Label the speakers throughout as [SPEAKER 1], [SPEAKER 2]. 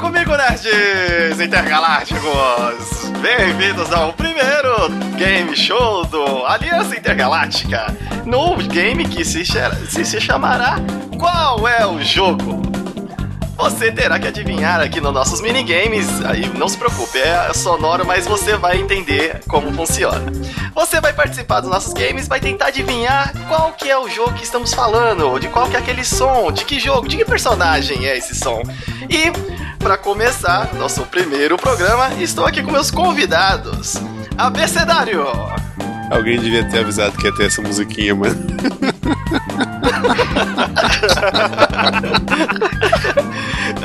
[SPEAKER 1] comigo, nerds intergalácticos! Bem-vindos ao primeiro game show do Aliança Intergaláctica, no game que se, chera- se- se chamará Qual é o Jogo? Você terá que adivinhar aqui nos nossos minigames, aí não se preocupe, é sonoro, mas você vai entender como funciona. Você vai participar dos nossos games, vai tentar adivinhar qual que é o jogo que estamos falando, de qual que é aquele som, de que jogo, de que personagem é esse som. E para começar nosso primeiro programa, estou aqui com meus convidados. Abecedário!
[SPEAKER 2] Alguém devia ter avisado que ia ter essa musiquinha, mano.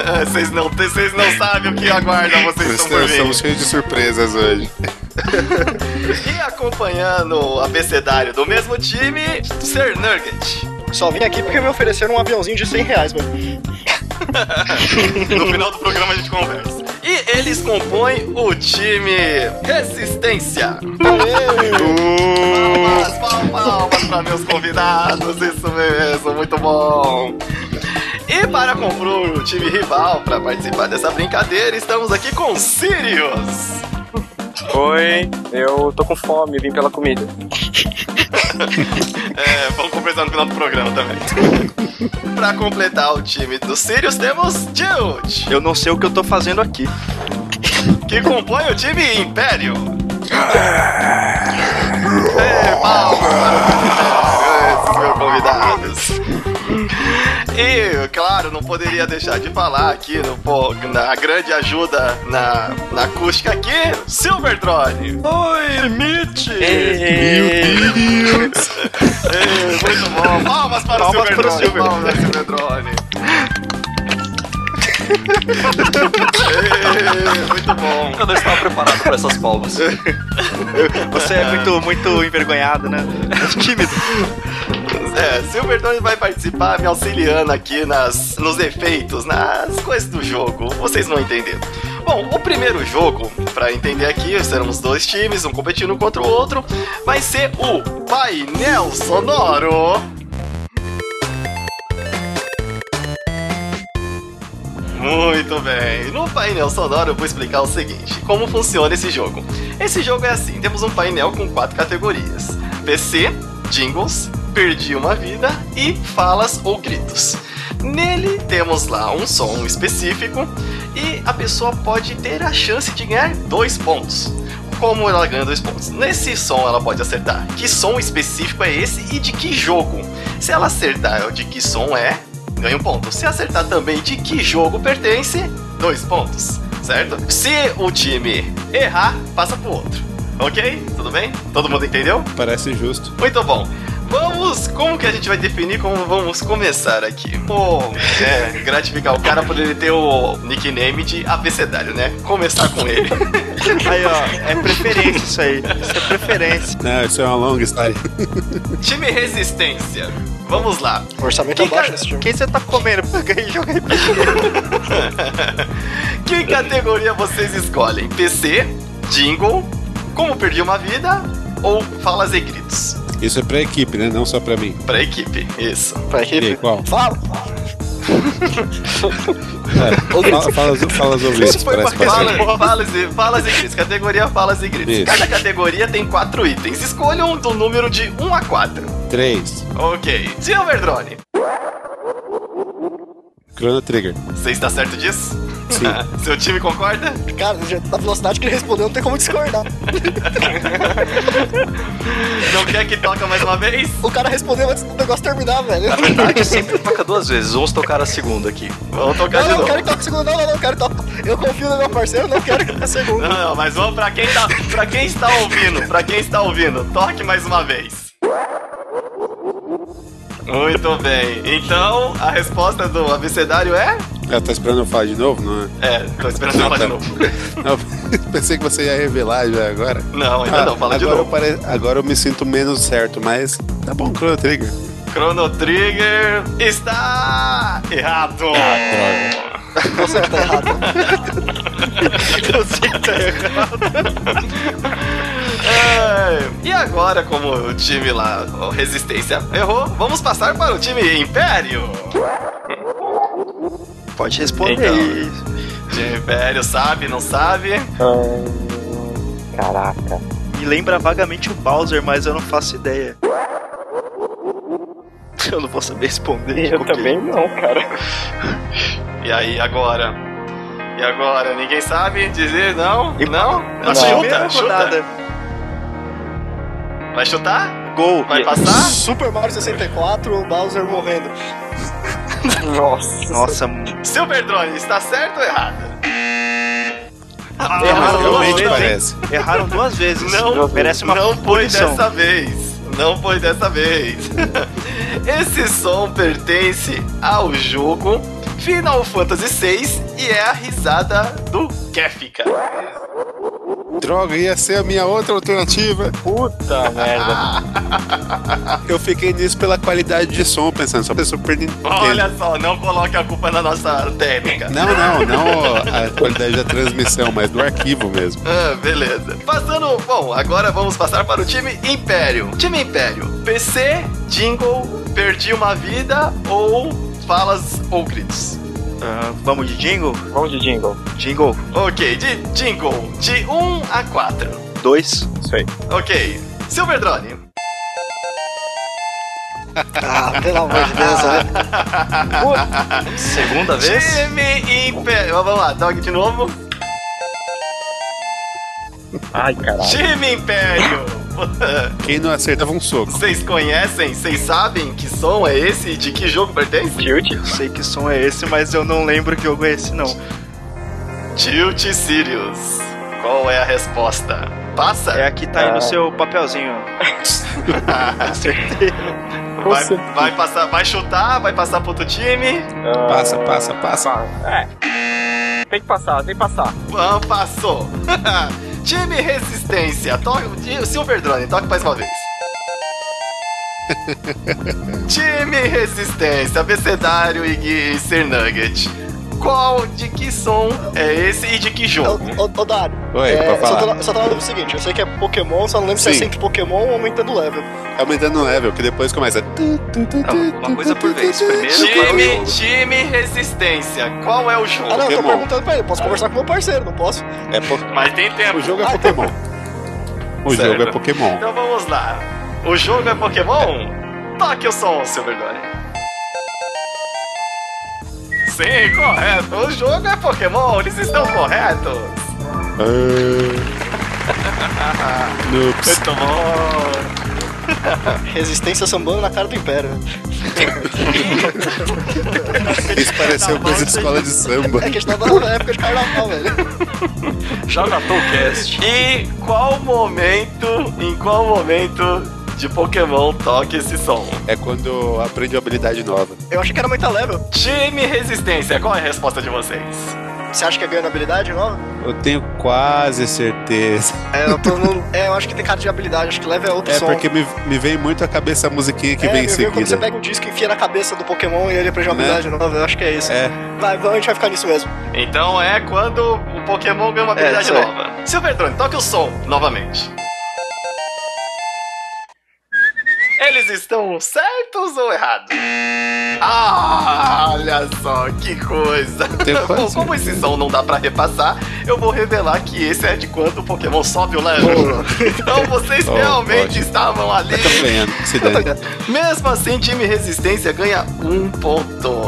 [SPEAKER 1] Ah, Vocês não, vocês não sabem o que aguarda vocês estão por vir.
[SPEAKER 2] Estamos cheios de surpresas hoje.
[SPEAKER 1] E acompanhando o abecedário do mesmo time, Sir Nugget.
[SPEAKER 3] Só vim aqui porque me ofereceram um aviãozinho de 100 reais, mano.
[SPEAKER 1] No final do programa a gente conversa. E eles compõem o time Resistência. Palmas, palmas, palmas para meus convidados, isso mesmo, muito bom. E para compor o time rival para participar dessa brincadeira, estamos aqui com Sirius.
[SPEAKER 4] Oi, eu tô com fome, vim pela comida.
[SPEAKER 1] É, vamos conversar no final do programa também. para completar o time do Sirius, temos Jude,
[SPEAKER 3] Eu não sei o que eu tô fazendo aqui.
[SPEAKER 1] que compõe o time Império. É, palmas para os meus convidados. E, claro, não poderia deixar de falar aqui, no, pô, na grande ajuda na, na acústica aqui, Silvertrone. Oi, Mitch!
[SPEAKER 2] Meu Deus!
[SPEAKER 1] Muito bom, palmas para o
[SPEAKER 3] Palmas para
[SPEAKER 1] Silvertrone.
[SPEAKER 3] o Silver.
[SPEAKER 1] Palmas para o Silvertrone. Ei, muito bom.
[SPEAKER 4] Eu não estava preparado para essas palmas.
[SPEAKER 3] Você é muito, muito envergonhado, né? Tímido.
[SPEAKER 1] É, Silvertone vai participar me auxiliando aqui nas, nos efeitos, nas coisas do jogo. Vocês vão entender. Bom, o primeiro jogo, pra entender aqui, seremos dois times, um competindo contra o outro, vai ser o painel sonoro. Muito bem. No painel sonoro eu vou explicar o seguinte, como funciona esse jogo. Esse jogo é assim, temos um painel com quatro categorias: PC, jingles, perdi uma vida e falas ou gritos. Nele temos lá um som específico e a pessoa pode ter a chance de ganhar dois pontos. Como ela ganha dois pontos? Nesse som ela pode acertar que som específico é esse e de que jogo. Se ela acertar de que som é, ganha um ponto. Se acertar também de que jogo pertence, dois pontos, certo? Se o time errar, passa pro outro. Ok? Tudo bem? Todo mundo entendeu?
[SPEAKER 2] Parece justo.
[SPEAKER 1] Muito bom. Vamos, como que a gente vai definir como vamos começar aqui? Pô, é, gratificar o cara por ele ter o nickname de abecedário, né? Começar com ele.
[SPEAKER 3] Aí, ó, é preferência isso aí. Isso é preferência.
[SPEAKER 2] Não, isso é uma longa história.
[SPEAKER 1] Time Resistência. Vamos lá.
[SPEAKER 3] Orçamento
[SPEAKER 1] Quem abaixo ca-
[SPEAKER 3] desse time. Quem você tá comendo? Pega aí, joga aí.
[SPEAKER 1] que categoria vocês escolhem? PC, Jingle, Como Perdi Uma Vida ou Falas e Gritos?
[SPEAKER 2] Isso é pra equipe, né? Não só pra mim.
[SPEAKER 1] Pra equipe, isso.
[SPEAKER 3] Pra
[SPEAKER 2] E aí, qual?
[SPEAKER 3] Fala.
[SPEAKER 2] Fala, fala, os- fala os ouvintes,
[SPEAKER 3] Isso foi
[SPEAKER 2] parece
[SPEAKER 3] uma
[SPEAKER 2] bastante.
[SPEAKER 1] Fala- falas, e, falas e gritos. Categoria Falas e Gritos.
[SPEAKER 2] Isso.
[SPEAKER 1] Cada categoria tem quatro itens. Escolham do número de 1 a 4.
[SPEAKER 2] Três.
[SPEAKER 1] Ok. Silver Drone,
[SPEAKER 2] Chrono Trigger.
[SPEAKER 1] você está certo disso?
[SPEAKER 2] Sim.
[SPEAKER 1] Seu time concorda?
[SPEAKER 3] Cara, da velocidade que ele respondeu, não tem como discordar.
[SPEAKER 1] Não quer que toca mais uma vez?
[SPEAKER 3] O cara respondeu antes do negócio terminar, velho.
[SPEAKER 4] Na verdade, sempre toca duas vezes. Vamos tocar a segunda aqui.
[SPEAKER 1] Vamos tocar
[SPEAKER 3] Não,
[SPEAKER 1] de
[SPEAKER 3] não,
[SPEAKER 1] novo.
[SPEAKER 3] quero que toque segundo. Não, não, não, quero que toque. Eu confio no meu parceiro, não quero que toque segundo.
[SPEAKER 1] Não, não, mas vamos pra quem tá. Pra quem está ouvindo, pra quem está ouvindo, toque mais uma vez. Muito bem. Então, a resposta do abecedário é?
[SPEAKER 2] Ela tá esperando eu falar de novo, não é?
[SPEAKER 1] É, tô esperando falar
[SPEAKER 2] tá.
[SPEAKER 1] de novo.
[SPEAKER 2] Não, pensei que você ia revelar já agora.
[SPEAKER 1] Não, ainda não, fala
[SPEAKER 2] Ah, agora
[SPEAKER 1] de
[SPEAKER 2] eu
[SPEAKER 1] novo.
[SPEAKER 2] pare- Agora eu me sinto menos certo, mas tá bom, Chrono Trigger.
[SPEAKER 1] Chrono Trigger está errado.
[SPEAKER 2] Ah,
[SPEAKER 5] É,
[SPEAKER 3] Você tá errado. Eu sei que tá errado.
[SPEAKER 1] É, e agora, como o time lá, o Resistência, errou, vamos passar para o time Império.
[SPEAKER 3] Pode responder.
[SPEAKER 1] Então. De Império, sabe, não sabe?
[SPEAKER 6] Ahn, Caraca.
[SPEAKER 5] Me lembra vagamente o Bowser, mas eu não faço ideia. Eu não vou saber responder. de
[SPEAKER 6] Eu
[SPEAKER 5] qualquer
[SPEAKER 6] também não, cara.
[SPEAKER 1] E aí, agora? E agora? Ninguém sabe dizer não? Não?
[SPEAKER 5] Não,
[SPEAKER 1] Chuta,
[SPEAKER 5] primeira
[SPEAKER 1] chuta.
[SPEAKER 5] rodada.
[SPEAKER 1] Vai chutar?
[SPEAKER 5] Gol.
[SPEAKER 1] Vai passar?
[SPEAKER 3] Super Mario 64, o Bowser morrendo.
[SPEAKER 6] Nossa.
[SPEAKER 5] Nossa, hum,
[SPEAKER 1] Silver Drone, está certo ou errado?
[SPEAKER 5] ah,
[SPEAKER 6] erraram
[SPEAKER 5] erraram, duas
[SPEAKER 2] Realmente
[SPEAKER 5] vezes, hein?
[SPEAKER 2] parece.
[SPEAKER 5] erraram duas vezes.
[SPEAKER 1] Não,
[SPEAKER 5] merece uma
[SPEAKER 1] não foi
[SPEAKER 5] punição.
[SPEAKER 1] dessa vez. Não foi dessa vez. Esse som pertence ao jogo Final Fantasy VI e é a risada do Kéfica.
[SPEAKER 2] Droga, ia ser a minha outra alternativa.
[SPEAKER 6] Puta merda.
[SPEAKER 2] Eu fiquei nisso pela qualidade de som, pensando só pra Super Nintendo.
[SPEAKER 1] Olha só, não coloque a culpa na nossa técnica.
[SPEAKER 2] Não, não, não a qualidade da transmissão, mas do arquivo mesmo.
[SPEAKER 1] Ah, beleza. Passando, bom, agora vamos passar para o time Império. Time Império, PC, Jingle, Perdi uma Vida ou Falas ou Gritos.
[SPEAKER 5] Ah, vamos de jingle?
[SPEAKER 6] Vamos de jingle.
[SPEAKER 5] Jingle.
[SPEAKER 1] Ok, de Jingle, de 1 a 4.
[SPEAKER 5] Dois.
[SPEAKER 6] Isso aí.
[SPEAKER 1] Ok, Silver Drone.
[SPEAKER 3] Ah, pelo amor de Deus, né?
[SPEAKER 5] Segunda vez?
[SPEAKER 1] Time Império. Vamos lá, dog de novo.
[SPEAKER 6] Ai, caralho.
[SPEAKER 1] Time Império.
[SPEAKER 2] Quem não acertava um soco.
[SPEAKER 1] Vocês conhecem, vocês sabem que som é esse e de que jogo pertence?
[SPEAKER 6] Tilt?
[SPEAKER 5] Eu sei que som é esse, mas eu não lembro que jogo é esse, não.
[SPEAKER 1] Tilt Sirius. Qual é a resposta? Passa?
[SPEAKER 5] É aqui tá aí
[SPEAKER 6] Ah.
[SPEAKER 5] no seu papelzinho. Acertei.
[SPEAKER 1] Vai,
[SPEAKER 6] Você-
[SPEAKER 1] vai passar, vai chutar, vai passar pro outro time.
[SPEAKER 6] Ah,
[SPEAKER 2] Passa, passa, passa.
[SPEAKER 6] Tem que passar, tem que passar.
[SPEAKER 1] Pam, passou. time Resistência. Toque, ti- Silver Drone, toque mais uma vez. time Resistência, Abecedário e, Gui- e Sir Nugget. Qual, de que som é esse e de que jogo?
[SPEAKER 3] Ô, ô, ô, Dário,
[SPEAKER 2] Oi,
[SPEAKER 3] é,
[SPEAKER 2] pra
[SPEAKER 3] só, tô,
[SPEAKER 2] falar.
[SPEAKER 3] na- só tô na dúvida do seguinte: eu sei que é Pokémon, só não lembro se
[SPEAKER 2] Sim.
[SPEAKER 3] é sempre Pokémon ou aumentando o level.
[SPEAKER 2] Aumentando o level, que depois começa.
[SPEAKER 5] É
[SPEAKER 2] Tipo,
[SPEAKER 5] uma coisa por vez.
[SPEAKER 1] Time,
[SPEAKER 5] Primeiro,
[SPEAKER 1] time Resistência. Qual é o jogo?
[SPEAKER 3] Ah, não, eu tô
[SPEAKER 2] Pokémon.
[SPEAKER 3] perguntando pra ele. Posso conversar com meu parceiro, não posso?
[SPEAKER 2] É po-
[SPEAKER 1] Mas tem tempo.
[SPEAKER 2] O jogo é Pokémon. O
[SPEAKER 1] Certo.
[SPEAKER 2] jogo é Pokémon.
[SPEAKER 1] Então vamos lá. O jogo é Pokémon? Toque o som, Silver Dory. Sim, correto. O jogo é Pokémon, eles estão corretos.
[SPEAKER 2] Ah. Noops.
[SPEAKER 1] Muito bom.
[SPEAKER 3] Resistência sambando na cara do Império.
[SPEAKER 2] Isso pareceu coisa de escola de samba.
[SPEAKER 3] É que a gente tava na época de carnaval, velho.
[SPEAKER 6] Joga Tolcast.
[SPEAKER 1] E qual momento, em qual momento de Pokémon toque esse som?
[SPEAKER 2] É quando aprende uma habilidade nova.
[SPEAKER 3] Eu achei que era aumentar level.
[SPEAKER 1] Time Resistência, qual é a resposta de vocês?
[SPEAKER 3] Você acha que é ganhando habilidade nova?
[SPEAKER 2] Eu tenho quase certeza.
[SPEAKER 3] É, eu tô no... é, eu acho que tem cara de habilidade, acho que level é outro
[SPEAKER 2] É
[SPEAKER 3] som.
[SPEAKER 2] porque me, me vem muito à cabeça a musiquinha que
[SPEAKER 3] é,
[SPEAKER 2] vem em
[SPEAKER 3] meu, viu Quando você
[SPEAKER 2] seguida.
[SPEAKER 3] pega um disco e enfia na cabeça do Pokémon e ele aprende uma
[SPEAKER 2] Né?
[SPEAKER 3] habilidade nova, eu acho que é isso.
[SPEAKER 2] É,
[SPEAKER 3] Vai, vamos, a gente vai ficar nisso mesmo.
[SPEAKER 1] Então é quando o Pokémon ganha uma habilidade
[SPEAKER 5] isso aí.
[SPEAKER 1] nova. Silver Drone, toque o som novamente. Eles estão certos ou errados? Ah, olha só, que coisa!
[SPEAKER 2] Tenho
[SPEAKER 1] Bom,
[SPEAKER 2] quase
[SPEAKER 1] como esse som não dá pra repassar, eu vou revelar que esse é de quando o Pokémon sobe o level. então vocês
[SPEAKER 2] Oh,
[SPEAKER 1] realmente
[SPEAKER 2] pode.
[SPEAKER 1] estavam ali.
[SPEAKER 2] eu tô ganhando. Se
[SPEAKER 3] Eu tô
[SPEAKER 2] dane.
[SPEAKER 3] ligado.
[SPEAKER 1] Mesmo assim, time Resistência ganha um ponto.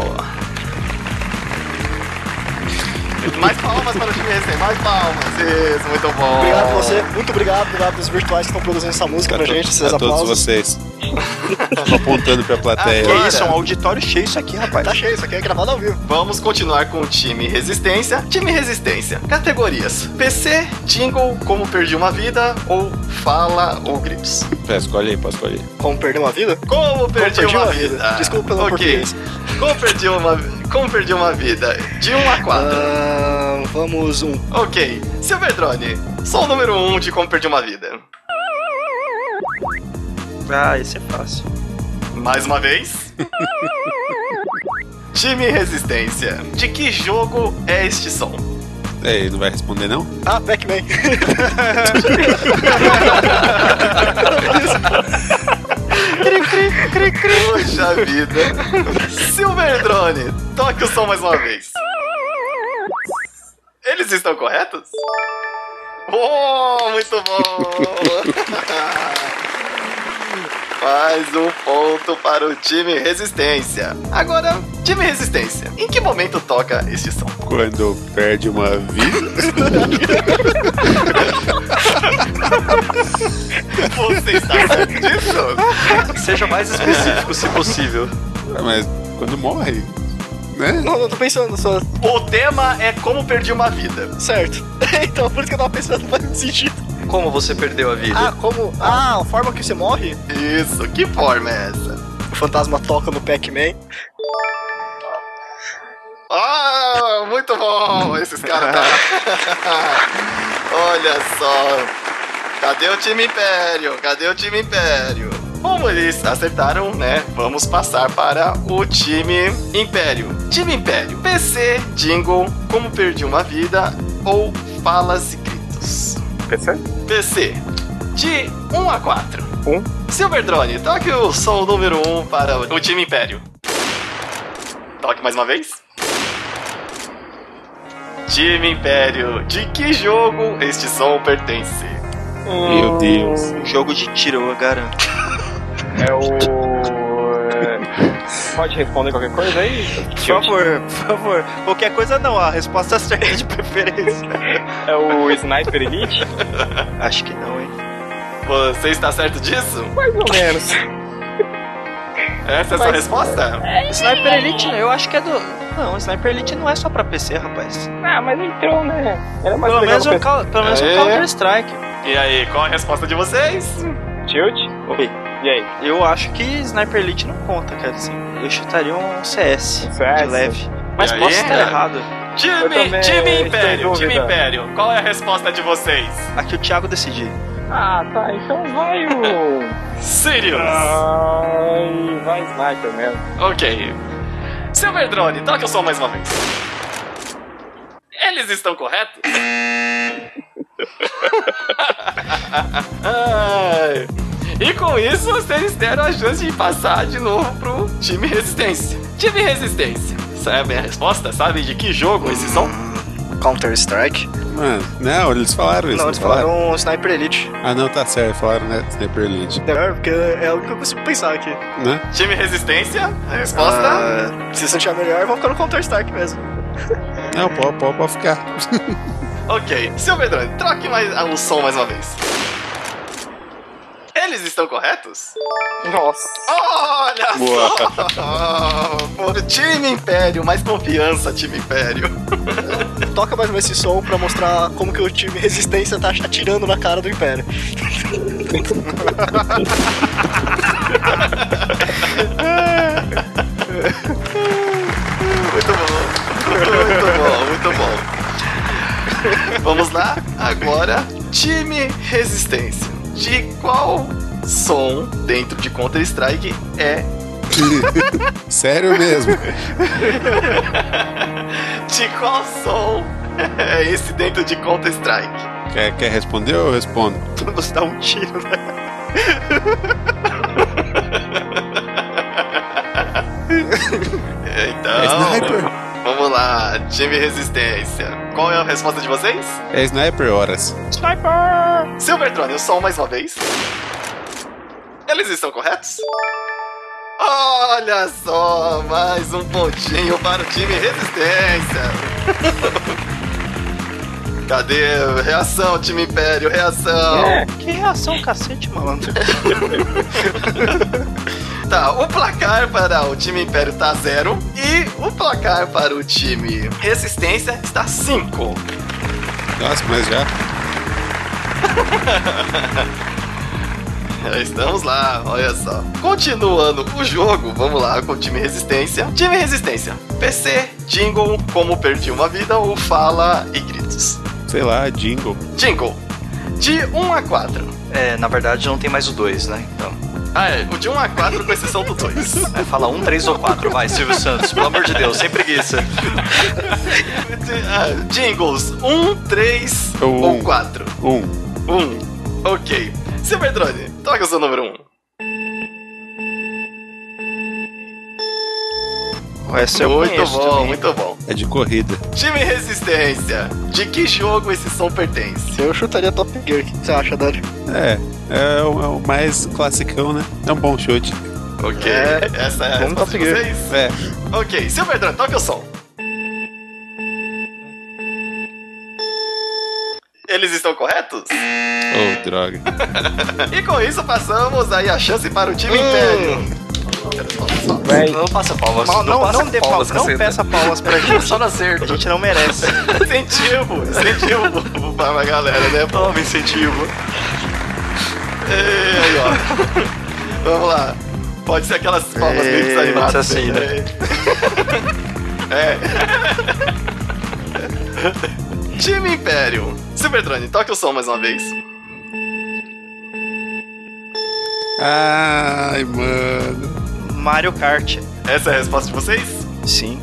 [SPEAKER 1] Mais palmas para o time Resistência, mais palmas. Isso, muito bom.
[SPEAKER 3] Obrigado a você, muito obrigado, obrigado aos virtuais que estão produzindo essa música pra
[SPEAKER 2] to-
[SPEAKER 3] gente, esses
[SPEAKER 2] a todos
[SPEAKER 3] aplausos.
[SPEAKER 2] vocês. Tô apontando pra plateia.
[SPEAKER 5] Que
[SPEAKER 1] Agora.
[SPEAKER 5] isso, é um auditório cheio isso aqui, rapaz.
[SPEAKER 3] Tá cheio, isso aqui é gravado ao vivo.
[SPEAKER 1] Vamos continuar com o time Resistência. Time Resistência. Categorias: PC, Jingle, Como Perdi uma Vida ou Fala ou Gritos.
[SPEAKER 2] Pera, escolhe aí, pode escolher.
[SPEAKER 3] Como perder uma vida?
[SPEAKER 1] Como Perdi, uma, vida.
[SPEAKER 3] Desculpa pelo
[SPEAKER 1] Ok.
[SPEAKER 3] português.
[SPEAKER 1] Como perdi, uma, como perdi uma Vida? De 1 a 4.
[SPEAKER 3] Ah, vamos um.
[SPEAKER 1] Ok. Silver Drone, sou o número 1 um de Como Perdi uma Vida.
[SPEAKER 5] Ah, esse é fácil.
[SPEAKER 1] Mais uma vez. Time Resistência. De que jogo é este som?
[SPEAKER 2] Ei, não vai responder não?
[SPEAKER 3] Ah, Pac-Man.
[SPEAKER 1] Poxa vida. Silver Drone, toque o som mais uma vez. Eles estão corretos? Oh, muito bom! Mais um ponto para o time Resistência. Agora, time Resistência. Em que momento toca este som?
[SPEAKER 2] Quando perde uma vida.
[SPEAKER 1] Você está certo disso?
[SPEAKER 5] Seja mais específico se possível.
[SPEAKER 2] Ah, Mas quando morre, né?
[SPEAKER 3] Não, não tô pensando só.
[SPEAKER 1] O tema é como perdi uma vida.
[SPEAKER 3] Certo. então, por isso que eu tava pensando, não faz muito sentido.
[SPEAKER 5] Como você perdeu a vida?
[SPEAKER 3] Ah, como. Ah, a forma que você morre?
[SPEAKER 1] Isso, que forma é essa?
[SPEAKER 3] O fantasma toca no Pac-Man.
[SPEAKER 1] Ah, muito bom! Esses caras tá. Olha só! Cadê o time Império? Cadê o time Império? Como eles acertaram, né? Vamos passar para o time Império. Time Império. PC, Jingle, Como Perdi Uma Vida ou Falas e Gritos.
[SPEAKER 7] PC?
[SPEAKER 1] PC. De 1 a 4.
[SPEAKER 7] Um.
[SPEAKER 1] Silver Drone, toque o som número 1 para o time Império. Toque mais uma vez. Time Império, de que jogo este som pertence?
[SPEAKER 2] Meu Deus.
[SPEAKER 5] Um jogo de tiro, eu garanto.
[SPEAKER 7] É o. é, Pode responder qualquer coisa aí?
[SPEAKER 5] Por favor, por favor. Qualquer coisa não, a resposta certa de preferência.
[SPEAKER 7] É o Sniper Elite?
[SPEAKER 5] Acho que não, hein?
[SPEAKER 1] Você está certo disso?
[SPEAKER 7] Mais ou menos.
[SPEAKER 1] Essa é a sua
[SPEAKER 5] Mas-
[SPEAKER 1] resposta?
[SPEAKER 5] Sniper Elite, eu acho que é do. Não, Sniper Elite não é só pra PC, rapaz.
[SPEAKER 7] Ah, mas entrou, né? Era mais legal
[SPEAKER 5] Pelo menos,
[SPEAKER 7] no
[SPEAKER 5] um, cal- pelo menos um
[SPEAKER 1] É.
[SPEAKER 5] Counter Strike.
[SPEAKER 1] E aí, qual a resposta de vocês?
[SPEAKER 7] PC. Tilt?
[SPEAKER 5] Oi.
[SPEAKER 7] E aí?
[SPEAKER 5] Eu acho que Sniper Elite não conta, cara. Assim, eu chutaria um CS, de
[SPEAKER 7] CS?
[SPEAKER 5] leve. Mas
[SPEAKER 1] E aí,
[SPEAKER 5] posso estar
[SPEAKER 1] cara?
[SPEAKER 5] errado.
[SPEAKER 7] Eu
[SPEAKER 1] Time,
[SPEAKER 7] também
[SPEAKER 1] time
[SPEAKER 7] estou em
[SPEAKER 1] Império,
[SPEAKER 7] dúvida.
[SPEAKER 1] time Império, qual é a resposta de vocês?
[SPEAKER 5] Aqui o Thiago decidir.
[SPEAKER 7] Ah, tá. Então vai o.
[SPEAKER 1] Sirius!
[SPEAKER 7] Ah. Ai, vai Sniper mesmo.
[SPEAKER 1] Ok. Silver Drone, toca o som mais uma vez. Eles estão corretos? Ai. E com isso, vocês deram a chance de passar de novo pro time Resistência. Time Resistência. Sabe a resposta? Sabe de que jogo esse som?
[SPEAKER 3] Counter-Strike?
[SPEAKER 2] Mano, né? não, eles falaram isso.
[SPEAKER 3] Não, eles falaram um Sniper Elite.
[SPEAKER 2] Ah, não, tá certo, falaram, né? Sniper Elite,
[SPEAKER 3] É, porque é o único que eu consigo pensar aqui.
[SPEAKER 2] né?
[SPEAKER 1] Time Resistência? A resposta?
[SPEAKER 3] Ah, se você achar melhor, vamos ficar no Counter-Strike mesmo.
[SPEAKER 2] Não, pode, pode, pode ficar.
[SPEAKER 1] Ok. Silver Drone, troque mais ah, o som mais uma vez. Eles estão corretos?
[SPEAKER 7] Nossa.
[SPEAKER 1] Olha
[SPEAKER 2] Boa.
[SPEAKER 1] só! Por time Império, mais confiança, time Império.
[SPEAKER 3] Toca mais esse som pra mostrar como que o time Resistência tá atirando na cara do Império.
[SPEAKER 1] Muito bom. Muito bom, muito bom. Vamos lá, agora, time Resistência. De qual som dentro de Counter-Strike é
[SPEAKER 2] Sério mesmo.
[SPEAKER 1] de qual som é esse dentro de Counter-Strike?
[SPEAKER 2] Quer, quer responder ou eu respondo?
[SPEAKER 5] Você dá um tiro, né?
[SPEAKER 2] É
[SPEAKER 1] Então,
[SPEAKER 2] sniper?
[SPEAKER 1] vamos lá, time Resistência. Qual é a resposta de vocês?
[SPEAKER 2] É sniper horas.
[SPEAKER 7] Sniper!
[SPEAKER 1] Silvertrone, o som um mais uma vez. Eles estão corretos? Olha só, mais um pontinho para o time Resistência. Cadê? Reação, time Império, reação.
[SPEAKER 5] É, Que reação, cacete, malandro.
[SPEAKER 1] Tá, o placar para o time Império tá zero e o placar para o time Resistência está 5.
[SPEAKER 2] Nossa, mas já.
[SPEAKER 1] É, Estamos lá, olha só. Continuando o jogo, vamos lá com o time Resistência. Time Resistência, PC, Jingle, Como Perdi Uma Vida ou Fala e Gritos.
[SPEAKER 2] Sei lá, jingle.
[SPEAKER 1] Jingle, de 1 a 4.
[SPEAKER 5] É, na verdade não tem mais o 2, né? Então.
[SPEAKER 1] Ah, é, o de 1 a 4 com exceção do 2.
[SPEAKER 5] É, fala 1, 3 ou 4. Vai, Silvio Santos, pelo amor de Deus, sem preguiça.
[SPEAKER 1] Ah, Jingles, 1, 3
[SPEAKER 2] Um.
[SPEAKER 1] ou 4.
[SPEAKER 2] Um.
[SPEAKER 1] 1. Ok. Silverdrone, toca o um. seu número 1.
[SPEAKER 8] Essa eu
[SPEAKER 1] muito
[SPEAKER 8] conheço
[SPEAKER 1] bom,
[SPEAKER 8] também.
[SPEAKER 1] muito bom.
[SPEAKER 2] É de corrida.
[SPEAKER 1] Time Resistência, de que jogo esse som pertence?
[SPEAKER 3] Eu chutaria Top Gear. O que você acha, Dani?
[SPEAKER 2] É, é o, é o mais classicão, né? É um bom chute.
[SPEAKER 1] Ok,
[SPEAKER 8] É,
[SPEAKER 1] essa é a
[SPEAKER 8] vamos
[SPEAKER 1] resposta de
[SPEAKER 8] conseguir.
[SPEAKER 1] vocês?
[SPEAKER 2] É.
[SPEAKER 1] Ok, seu Bertrand, toque o som. Eles estão corretos?
[SPEAKER 2] Oh, droga.
[SPEAKER 1] E com isso passamos aí a chance para o
[SPEAKER 8] Hum.
[SPEAKER 1] time Império.
[SPEAKER 9] Véi,
[SPEAKER 8] Não faça palmas.
[SPEAKER 3] Mal- não, não,
[SPEAKER 8] faça
[SPEAKER 3] dê palmas, não
[SPEAKER 8] caceta.
[SPEAKER 3] peça palmas pra gente.
[SPEAKER 8] Só no acerto.
[SPEAKER 3] A gente não merece.
[SPEAKER 1] incentivo, incentivo para a galera, né?
[SPEAKER 8] Toma incentivo.
[SPEAKER 1] Ei, É, aí, ó. Vamos lá. Pode ser aquelas palmas meio
[SPEAKER 8] Ei,
[SPEAKER 1] desanimadas. né?
[SPEAKER 8] assim, né?
[SPEAKER 1] É. Time Império. Cybertrone, toque o som mais uma vez.
[SPEAKER 2] Ai, mano.
[SPEAKER 3] Mario Kart.
[SPEAKER 1] Essa é a resposta de vocês?
[SPEAKER 3] Sim.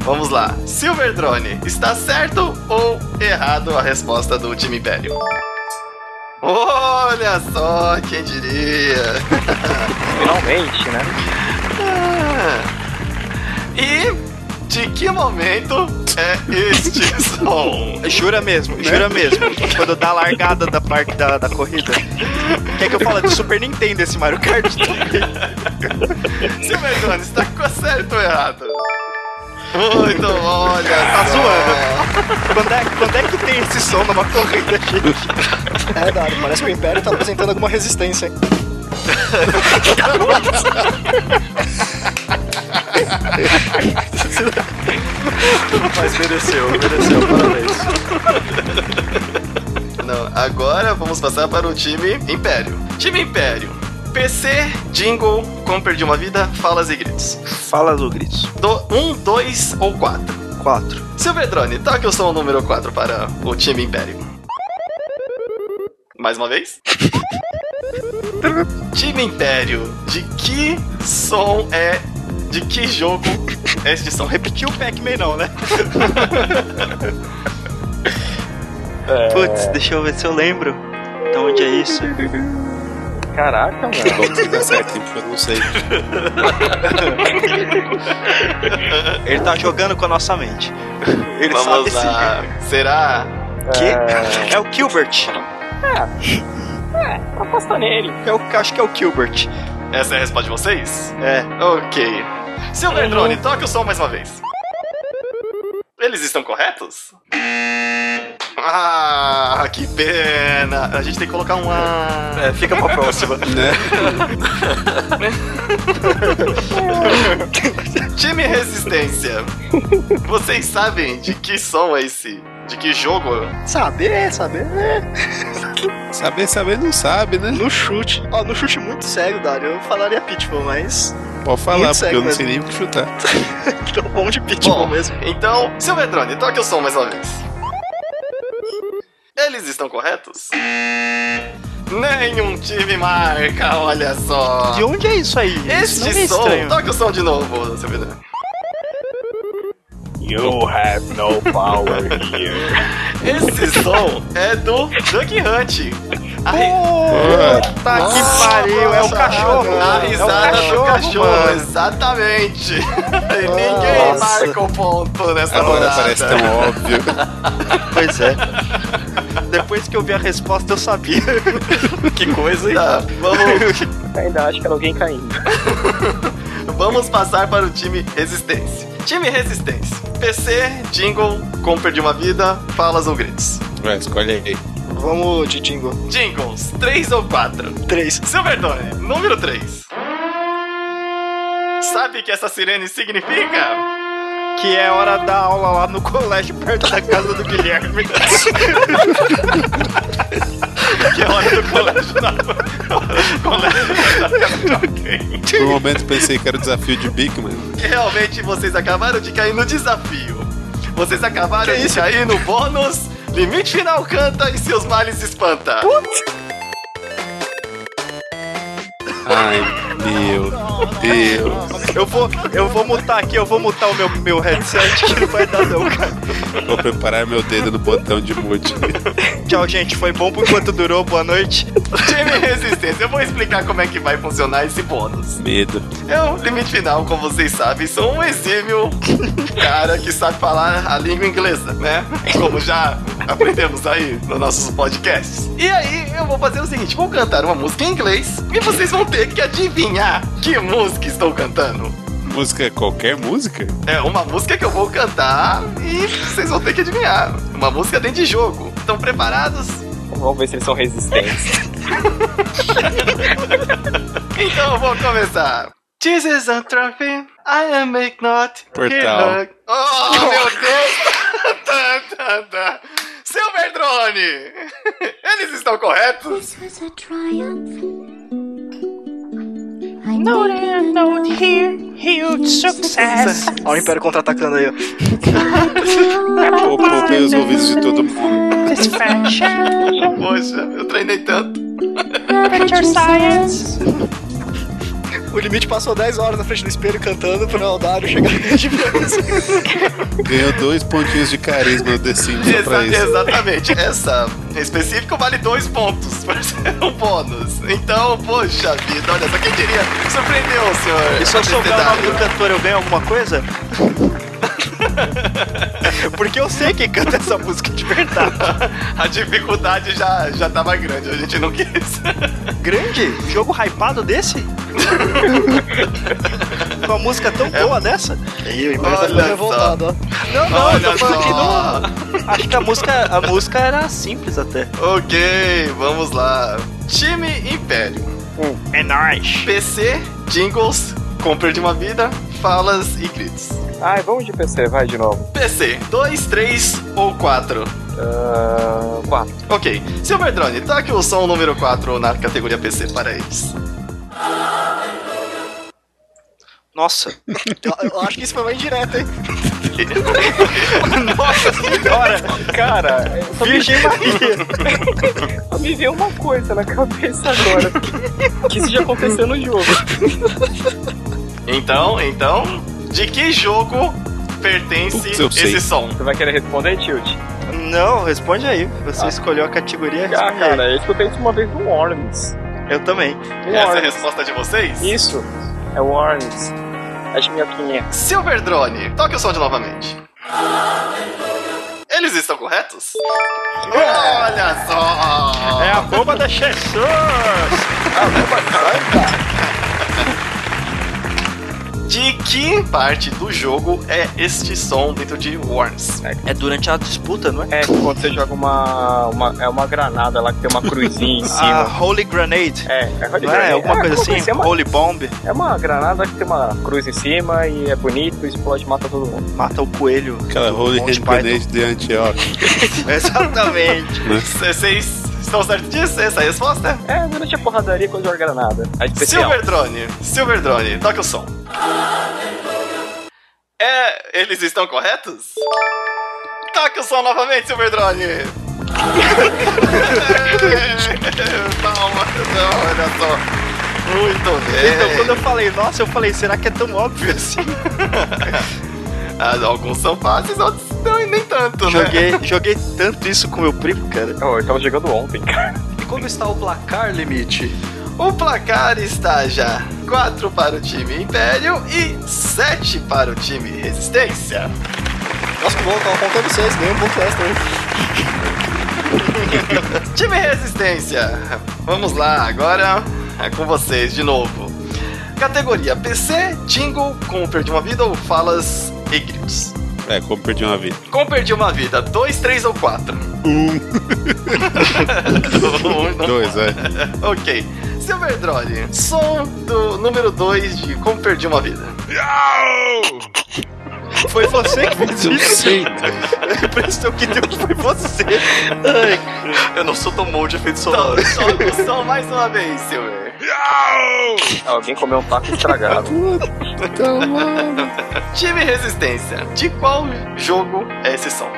[SPEAKER 1] Vamos lá. Silverdrone, está certo ou errado a resposta do time Império? Olha só, quem diria?
[SPEAKER 9] finalmente, né?
[SPEAKER 1] Ah. E de que momento é este som?
[SPEAKER 3] Jura mesmo, jura mesmo. Quando dá a largada da parte da, da corrida. Quer que eu fale de Super Nintendo esse Mario Kart também?
[SPEAKER 1] Silverdrone, está co- certo ou errado? Muito bom, olha.
[SPEAKER 3] Tá
[SPEAKER 1] só.
[SPEAKER 3] zoando. Quando é, quando é que tem esse som numa corrida aqui? É, Dani, parece que o Império tá apresentando alguma resistência, hein?
[SPEAKER 8] Mas mereceu, mereceu, parabéns.
[SPEAKER 1] Não, agora vamos passar para o time Império. Time Império. PC, Jingle, como perdi uma vida, falas e gritos.
[SPEAKER 8] Fala do Gritos.
[SPEAKER 1] Do 1, 2 ou 4.
[SPEAKER 8] 4.
[SPEAKER 1] Silvedrone, toque o som número 4 para o time Império. Mais uma vez. time Império, de que som é. De que jogo é este som?
[SPEAKER 3] Repetiu o Pac-Man não, né?
[SPEAKER 9] É,
[SPEAKER 5] Putz, deixa eu ver se eu lembro. Então onde é isso?
[SPEAKER 9] Caraca, mano.
[SPEAKER 2] Tá Bom, que dá certo, hein, porque eu não sei.
[SPEAKER 5] Ele tá jogando com a nossa mente. Ele sabe
[SPEAKER 1] Vamos
[SPEAKER 5] sim.
[SPEAKER 1] lá. Será?
[SPEAKER 5] Que? É o Gilbert.
[SPEAKER 9] Aposta nele.
[SPEAKER 5] É o, acho que é o Gilbert.
[SPEAKER 1] Essa é a resposta de vocês?
[SPEAKER 5] É.
[SPEAKER 1] Ok. Silverdrone, toque o som mais uma vez. Eles estão corretos? Ah, que pena! A gente tem que colocar um ah.
[SPEAKER 8] É, fica pra próxima.
[SPEAKER 2] né?
[SPEAKER 1] Time Resistência, vocês sabem de que som é esse? De que jogo?
[SPEAKER 3] Saber, saber. né?
[SPEAKER 2] Saber, saber não sabe, né?
[SPEAKER 3] No chute. Ó, no chute muito sério, Dari. Eu falaria Pitbull, mas.
[SPEAKER 2] Pode falar,
[SPEAKER 3] Muito
[SPEAKER 2] porque
[SPEAKER 3] sério
[SPEAKER 2] eu não
[SPEAKER 3] mesmo.
[SPEAKER 2] sei nem o que chutar.
[SPEAKER 3] Tô bom de Pitbull
[SPEAKER 1] Bom.
[SPEAKER 3] mesmo.
[SPEAKER 1] Então, Silvetrone, toque o som mais uma vez. Eles estão corretos? Nenhum time marca, olha só.
[SPEAKER 3] De onde é isso aí? Isso
[SPEAKER 1] Este
[SPEAKER 3] não é
[SPEAKER 1] som,
[SPEAKER 3] estranho.
[SPEAKER 1] toque o som de novo, Silvetrone.
[SPEAKER 9] You have no power here.
[SPEAKER 1] Esse som é do Duck Hunt. A ri-
[SPEAKER 2] Pô,
[SPEAKER 3] Tá que pariu, é o
[SPEAKER 1] nossa,
[SPEAKER 3] cachorro.
[SPEAKER 1] A
[SPEAKER 3] É o
[SPEAKER 1] risada do
[SPEAKER 3] cachorro,
[SPEAKER 1] cachorro,
[SPEAKER 3] mano.
[SPEAKER 1] exatamente. E Ninguém
[SPEAKER 3] Nossa.
[SPEAKER 1] marca o ponto nessa
[SPEAKER 2] agora
[SPEAKER 1] rodada.
[SPEAKER 2] parece tão óbvio.
[SPEAKER 3] Pois é. Depois que eu vi a resposta, eu sabia.
[SPEAKER 8] Que coisa, hein?
[SPEAKER 1] Tá, vamos,
[SPEAKER 9] Ainda acho que era alguém caindo.
[SPEAKER 1] vamos passar para o time Resistência. Time Resistência. PC, Jingle, Compra de uma Vida, Falas ou Gritos.
[SPEAKER 2] Vai, escolhe aí.
[SPEAKER 3] Vamos de jingle.
[SPEAKER 1] Jingles, 3 ou 4?
[SPEAKER 3] Três.
[SPEAKER 1] Silverdone, número 3. Sabe o que essa sirene significa?
[SPEAKER 3] Que é hora da aula lá no colégio, perto da casa do Guilherme.
[SPEAKER 1] Que é hora do colégio na... colégio na... Ok.
[SPEAKER 2] Por um momento pensei que era o desafio de Bigman.
[SPEAKER 1] Realmente vocês acabaram de cair no desafio. Vocês acabaram de cair no bônus. Limite final canta e seus males espanta.
[SPEAKER 2] Ai, Meu Deus.
[SPEAKER 5] Eu vou, eu vou mutar aqui, eu vou mutar o meu, meu headset que não vai dar não, cara.
[SPEAKER 2] Vou preparar meu dedo no botão de mute.
[SPEAKER 5] Tchau, gente. Foi bom por enquanto durou. Boa noite.
[SPEAKER 1] Time Resistência, eu vou explicar como é que vai funcionar esse bônus.
[SPEAKER 2] Medo.
[SPEAKER 1] Eu, É limite final, como vocês sabem, sou um exímio cara que sabe falar a língua inglesa, né? Como já aprendemos aí nos nossos podcasts. E aí, eu vou fazer o seguinte: vou cantar uma música em inglês e vocês vão ter que adivinhar que música estou cantando.
[SPEAKER 2] Música, qualquer música?
[SPEAKER 1] É uma música que eu vou cantar e vocês vão ter que adivinhar. Uma música dentro de jogo. Estão preparados?
[SPEAKER 4] Vamos ver se eles são resistentes.
[SPEAKER 1] Então eu vou começar. This is a trophy. I am make not.
[SPEAKER 2] Portal.
[SPEAKER 1] here look.
[SPEAKER 5] uh,
[SPEAKER 1] Oh, meu Deus! tá, tá, tá. Seu Verdrone! Eles estão corretos?
[SPEAKER 10] This was a triumph. I no, no, no, here, huge success.
[SPEAKER 5] Olha o Império contra-atacando aí, ó.
[SPEAKER 2] Pô, poupei os ouvidos de todo mundo.
[SPEAKER 1] Poxa, eu treinei tanto.
[SPEAKER 10] Adventure science.
[SPEAKER 3] O limite passou 10 horas na frente do espelho cantando pro Aldário chegar de vez.
[SPEAKER 2] Ganhou dois pontinhos de carisma no The Sims só pra
[SPEAKER 1] Exa-
[SPEAKER 2] isso.
[SPEAKER 1] exatamente. Essa específica vale dois pontos, por ser um bônus. Então, poxa vida, olha só, quem diria? Surpreendeu o senhor.
[SPEAKER 5] E se eu souber o nome
[SPEAKER 1] Abecedário.
[SPEAKER 5] do cantor, eu ganho alguma coisa? Porque eu sei quem canta essa música de verdade.
[SPEAKER 1] A dificuldade já, já tava grande, a gente não quis.
[SPEAKER 5] Grande? Jogo hypado desse? Com uma música tão boa dessa?
[SPEAKER 1] É Olha só.
[SPEAKER 3] revoltado, ó.
[SPEAKER 5] tá Não, não, eu
[SPEAKER 1] Olha
[SPEAKER 5] tô falando aqui
[SPEAKER 1] só.
[SPEAKER 5] do. Acho que a música, a música era simples até.
[SPEAKER 1] Ok, vamos lá. Time Império.
[SPEAKER 4] Hum.
[SPEAKER 5] É nóis.
[SPEAKER 1] PC, jingles, compra de uma vida, falas e gritos.
[SPEAKER 4] Ai, vamos de PC, vai de novo.
[SPEAKER 1] PC, 2, 3 ou 4?
[SPEAKER 4] Ah, quatro.
[SPEAKER 1] Ok. Silver Drone, toque o som número 4 na categoria PC para eles.
[SPEAKER 5] Nossa.
[SPEAKER 3] Eu, eu acho que isso foi uma indireta, hein?
[SPEAKER 5] Nossa senhora.
[SPEAKER 4] Cara, só me,
[SPEAKER 5] Virgem Maria.
[SPEAKER 4] só me veio uma coisa na cabeça agora. Que isso já aconteceu no jogo.
[SPEAKER 1] Então, então, de que jogo pertence
[SPEAKER 2] Putz, eu sei.
[SPEAKER 1] esse som?
[SPEAKER 4] Você vai querer responder, Tilt?
[SPEAKER 5] Não, responde aí. Você escolheu a categoria.
[SPEAKER 4] Ah,
[SPEAKER 5] responde aí.
[SPEAKER 4] cara, eu escutei isso uma vez no Worms.
[SPEAKER 5] Eu também.
[SPEAKER 4] No
[SPEAKER 1] Essa é a
[SPEAKER 4] Worms.
[SPEAKER 1] resposta de vocês?
[SPEAKER 4] Isso. É Worms. Adivinha quem é?
[SPEAKER 1] Silver Drone, toque o som de novamente. Eles estão corretos? Olha só!
[SPEAKER 5] É a bomba da Jesus!
[SPEAKER 1] De que parte do jogo é este som dentro de Worms?
[SPEAKER 5] É durante a disputa, não é?
[SPEAKER 4] É que quando você joga uma, uma. É uma granada lá que tem uma cruzinha em
[SPEAKER 5] A
[SPEAKER 4] cima.
[SPEAKER 5] Holy Grenade.
[SPEAKER 4] É, é, Holy
[SPEAKER 5] Ah. Não é?
[SPEAKER 4] Grail.
[SPEAKER 5] Alguma
[SPEAKER 4] É,
[SPEAKER 5] coisa
[SPEAKER 4] como
[SPEAKER 5] assim?
[SPEAKER 4] que É uma,
[SPEAKER 5] Holy Bomb.
[SPEAKER 4] é uma granada que tem uma cruz em cima e é bonito, explode, mata todo mundo.
[SPEAKER 5] Mata o coelho.
[SPEAKER 2] Aquela Holy
[SPEAKER 5] Monty
[SPEAKER 2] Independente de Antioquia.
[SPEAKER 5] Exatamente.
[SPEAKER 1] Vocês estão certos disso? Essa é a resposta?
[SPEAKER 4] É, durante a porradaria quando joga granada. É especial.
[SPEAKER 1] Silver Drone, Silver Drone, toque o som. É, eles estão corretos? Toque o som novamente, Silver Drone. Palma, não, olha só. Muito bem.
[SPEAKER 5] Então, quando eu falei, nossa, eu falei, será que é tão óbvio assim?
[SPEAKER 1] Ah, Alguns são fáceis, outros não, e nem tanto, né?
[SPEAKER 5] Joguei, joguei tanto isso com meu primo, cara.
[SPEAKER 4] Oh, eu tava jogando ontem, cara.
[SPEAKER 3] E como está o placar limite?
[SPEAKER 1] O placar está já 4 para o time Império e 7 para o time Resistência.
[SPEAKER 3] Nossa, que bom, eu tava contando vocês, ganhei um ponto extra, hein?
[SPEAKER 1] Time Resistência, vamos lá, agora é com vocês de novo. Categoria PC, Jingle, Como Perdi Uma Vida ou Falas e Gritos.
[SPEAKER 2] É, como perdi uma vida.
[SPEAKER 1] Como Perdi Uma Vida, 2, 3 ou 4? 1.
[SPEAKER 2] Dois, é.
[SPEAKER 1] ok. Silver Drone, som do número 2 de Como Perdi Uma Vida.
[SPEAKER 5] Foi você que fez
[SPEAKER 2] Eu
[SPEAKER 5] isso.
[SPEAKER 2] sei, cara.
[SPEAKER 5] Prestou que deu que foi você. eu não sou tão bom de efeitos
[SPEAKER 1] Som, som, som mais uma vez, Silver.
[SPEAKER 4] Alguém comeu um taco estragado.
[SPEAKER 2] Puta, mano.
[SPEAKER 1] Time Resistência, de qual jogo é esse som?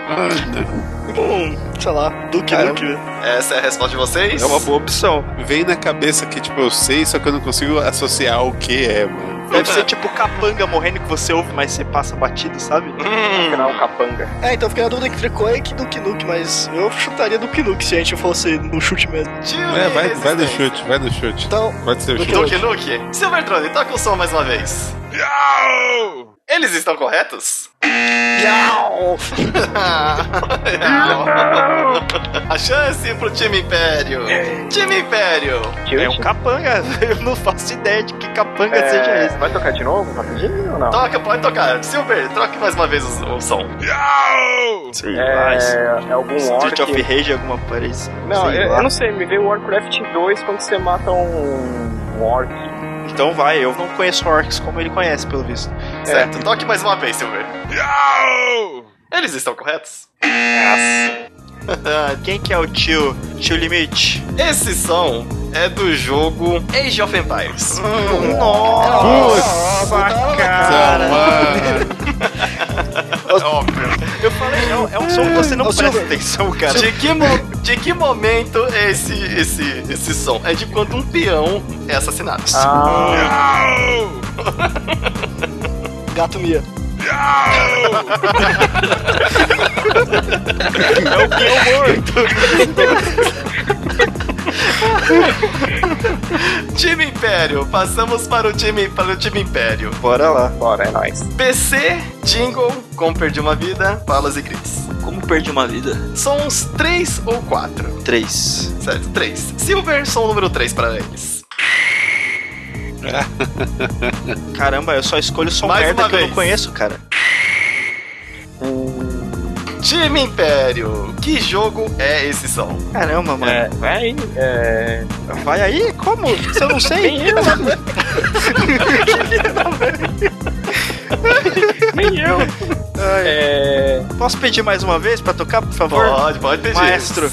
[SPEAKER 3] Bom, sei lá, Duke
[SPEAKER 1] Cara,
[SPEAKER 3] Nukem.
[SPEAKER 1] Essa é a resposta de vocês?
[SPEAKER 5] É uma boa opção.
[SPEAKER 2] Vem na cabeça que, tipo, eu sei, só que eu não consigo associar o que é, mano.
[SPEAKER 5] Deve ser tipo capanga morrendo que você ouve, mas você passa batido, sabe?
[SPEAKER 1] Hum,
[SPEAKER 4] Não, capanga.
[SPEAKER 3] É, então eu fiquei na dúvida entre Quake e Duke Nukem, mas eu chutaria Duke Nukem se a gente fosse no chute mesmo.
[SPEAKER 1] time
[SPEAKER 2] É, vai, vai no
[SPEAKER 1] Resistência.
[SPEAKER 2] chute, vai no chute.
[SPEAKER 3] Então,
[SPEAKER 2] Pode ser o chute.
[SPEAKER 1] Duke Nuke. Silvertrone, toca o som mais uma vez. Eles estão corretos?
[SPEAKER 3] Iau!
[SPEAKER 1] A chance pro time Império. Time Império.
[SPEAKER 5] É um capanga. Eu não faço ideia de que capanga seja esse.
[SPEAKER 4] É, Vai tocar de novo? Rapidinho ou não?
[SPEAKER 1] Toca, pode tocar. Silver, troque mais uma vez o, o som.
[SPEAKER 5] Sei lá,
[SPEAKER 4] É, é algum
[SPEAKER 5] Ah, Street of
[SPEAKER 4] orc.
[SPEAKER 5] Rage, alguma assim. parecida.
[SPEAKER 4] Não,
[SPEAKER 5] sei
[SPEAKER 4] eu,
[SPEAKER 5] lá.
[SPEAKER 4] eu não sei, me veio Warcraft 2 quando você mata um, um orc.
[SPEAKER 5] Então vai, eu não conheço orcs como ele conhece, pelo visto.
[SPEAKER 1] Certo, toque mais uma vez, Silver. Eles estão corretos?
[SPEAKER 5] Quem que é o tio? Tio Limite?
[SPEAKER 1] Esse som é do jogo Age of Empires.
[SPEAKER 2] Nossa,
[SPEAKER 5] É Eu falei, não, é um som que você não
[SPEAKER 3] Ô,
[SPEAKER 5] presta
[SPEAKER 3] Silver.
[SPEAKER 5] atenção, cara.
[SPEAKER 1] De que, mo- de que momento é esse, esse, esse som? É de quando um peão é assassinado.
[SPEAKER 4] Ah,
[SPEAKER 3] Gato Mia.
[SPEAKER 1] Time Império, passamos para o time, para o time Império.
[SPEAKER 5] Bora lá.
[SPEAKER 4] bora, é nóis.
[SPEAKER 1] PC, Jingle, Como Perdi Uma Vida, Palas e Gritos.
[SPEAKER 11] Como perdi uma vida?
[SPEAKER 1] São uns três ou quatro,
[SPEAKER 11] Três.
[SPEAKER 1] certo? Três. Silver, som número três para eles.
[SPEAKER 5] Caramba, eu só escolho som
[SPEAKER 1] Mais
[SPEAKER 5] merda
[SPEAKER 1] uma
[SPEAKER 5] que eu
[SPEAKER 1] vez.
[SPEAKER 5] não conheço, cara.
[SPEAKER 1] Time Império, que jogo é esse som?
[SPEAKER 5] Caramba, mano.
[SPEAKER 4] É, vai aí. É...
[SPEAKER 5] Vai aí? Como? Se eu não sei?
[SPEAKER 4] Nem eu, Nem eu.
[SPEAKER 5] Ai,
[SPEAKER 4] É...
[SPEAKER 5] Posso pedir mais uma vez pra tocar, por favor?
[SPEAKER 1] Pode, pode pedir.
[SPEAKER 5] Maestro.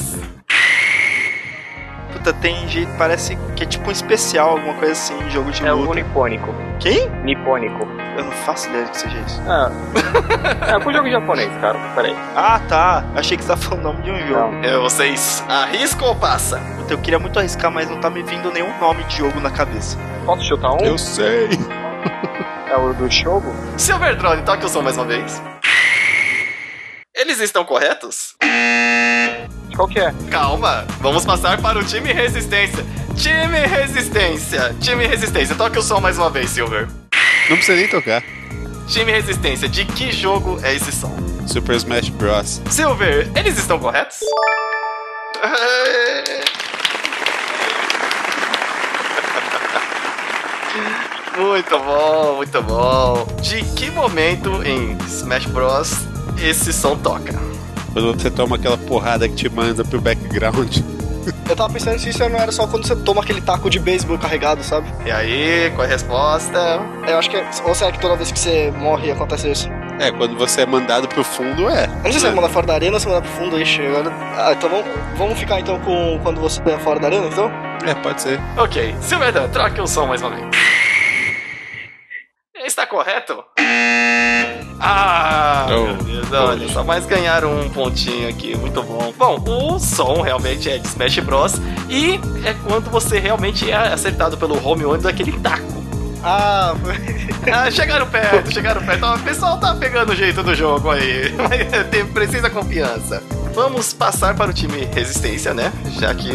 [SPEAKER 5] Puta, tem jeito, parece que é tipo um especial, alguma coisa assim, jogo de
[SPEAKER 4] É o
[SPEAKER 5] luta.
[SPEAKER 4] nipônico.
[SPEAKER 5] Quem?
[SPEAKER 4] Nipônico.
[SPEAKER 5] Eu não faço ideia do que seja isso.
[SPEAKER 4] Ah. É pro jogo japonês, cara. Peraí.
[SPEAKER 5] Ah, tá. Achei que você tava falando o nome de um jogo.
[SPEAKER 4] Não.
[SPEAKER 1] É, vocês arriscam ou passa?
[SPEAKER 5] Puta, eu queria muito arriscar, mas não tá me vindo nenhum nome de jogo na cabeça.
[SPEAKER 4] Posso chutar um?
[SPEAKER 2] Eu sei.
[SPEAKER 4] É o do Shogo?
[SPEAKER 1] Silvertrone, toque o som mais uma vez. Eles estão corretos?
[SPEAKER 4] Qual que é?
[SPEAKER 1] Calma, vamos passar para o time Resistência. Time Resistência, time Resistência, toque o som mais uma vez, Silver.
[SPEAKER 2] Não precisa nem tocar.
[SPEAKER 1] Time Resistência, de que jogo é esse som?
[SPEAKER 2] Super Smash Bros.
[SPEAKER 1] Silver, eles estão corretos? Muito bom, muito bom. De que momento em Smash Bros esse som toca?
[SPEAKER 2] Quando você toma aquela porrada que te manda pro background.
[SPEAKER 3] Eu tava pensando se isso não era só quando você toma aquele taco de beisebol carregado, sabe?
[SPEAKER 1] E aí, qual é a resposta?
[SPEAKER 3] Eu acho que é. Ou será que toda vez que você morre acontece isso?
[SPEAKER 2] É, quando você é mandado pro fundo, é.
[SPEAKER 3] Eu não sei se é mandar fora da arena ou se mandar pro fundo, ixi, agora. Ah, então vamos, vamos ficar então com quando você é fora da arena, então?
[SPEAKER 2] É, pode ser.
[SPEAKER 1] Ok, Silverdan, troque o som mais uma vez. Está correto? Ah, meu
[SPEAKER 2] Oh.
[SPEAKER 1] Deus, olha, só mais ganharam um pontinho aqui, muito bom. Bom, o som realmente é de Smash Bros. E é quando você realmente é acertado pelo home run daquele taco.
[SPEAKER 3] Ah,
[SPEAKER 1] Ah, chegaram perto, chegaram perto. Ó, O pessoal tá pegando o jeito do jogo aí. Mas tem- Precisa confiança. Vamos passar para o time Resistência, né? Já que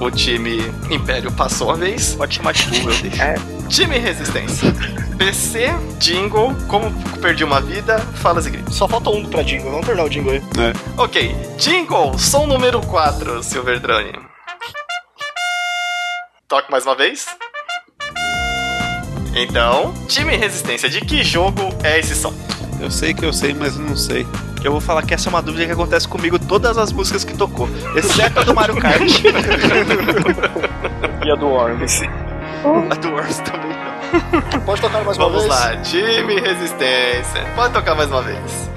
[SPEAKER 1] o time Império passou a vez.
[SPEAKER 5] Pode chamar de Google, eu
[SPEAKER 3] É.
[SPEAKER 5] deixo.
[SPEAKER 1] Time Resistência. PC, Jingle, Como Perdi Uma Vida, Falas e Gritos.
[SPEAKER 3] só falta um pra Dingo, vamos tornar o Dingo aí.
[SPEAKER 1] Ok, Jingle, som número 4, Silver Drone. Toque mais uma vez. Então, Time Resistência, de que jogo é esse som?
[SPEAKER 2] Eu sei que eu sei, mas eu não sei.
[SPEAKER 5] Eu vou falar que essa é uma dúvida que acontece comigo todas as músicas que tocou, exceto a do Mario Kart.
[SPEAKER 4] E a do Worms.
[SPEAKER 5] a do Wars também não.
[SPEAKER 3] Pode tocar mais uma
[SPEAKER 1] Vamos
[SPEAKER 3] vez?
[SPEAKER 1] lá, Time Resistência. Pode tocar mais uma vez.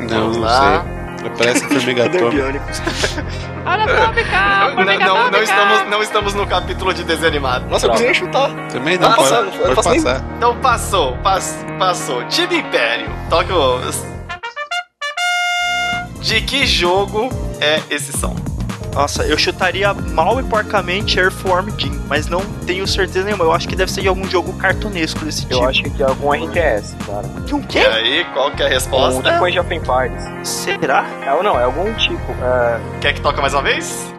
[SPEAKER 2] Não,
[SPEAKER 1] Vamos
[SPEAKER 2] não
[SPEAKER 1] lá.
[SPEAKER 4] Ah.
[SPEAKER 2] sei. Parece formiga
[SPEAKER 11] então.
[SPEAKER 2] atômica.
[SPEAKER 12] Olha a Atômica!
[SPEAKER 1] Não,
[SPEAKER 12] Formiga
[SPEAKER 1] não- não
[SPEAKER 12] Atômica!
[SPEAKER 1] estamos, não estamos no capítulo de desenho animado.
[SPEAKER 4] Nossa, eu precisei chutar.
[SPEAKER 2] Também não,
[SPEAKER 4] Ah,
[SPEAKER 2] pode,
[SPEAKER 4] sabe, eu
[SPEAKER 2] pode
[SPEAKER 4] faço nem-
[SPEAKER 2] passar.
[SPEAKER 1] Então passou, pass- passou. Time Império. Toca o. De que jogo é esse som?
[SPEAKER 5] Nossa, eu chutaria mal e porcamente Airform Jim, mas não tenho certeza nenhuma. Eu acho que deve ser de algum jogo cartunesco desse tipo.
[SPEAKER 4] Eu acho que é algum RTS, cara.
[SPEAKER 5] que um
[SPEAKER 1] E aí, qual que é a
[SPEAKER 4] Um
[SPEAKER 1] resposta?
[SPEAKER 4] tipo Age of Empires.
[SPEAKER 5] Será?
[SPEAKER 4] É ou não, é algum tipo. é,
[SPEAKER 1] Quer que toque mais uma vez?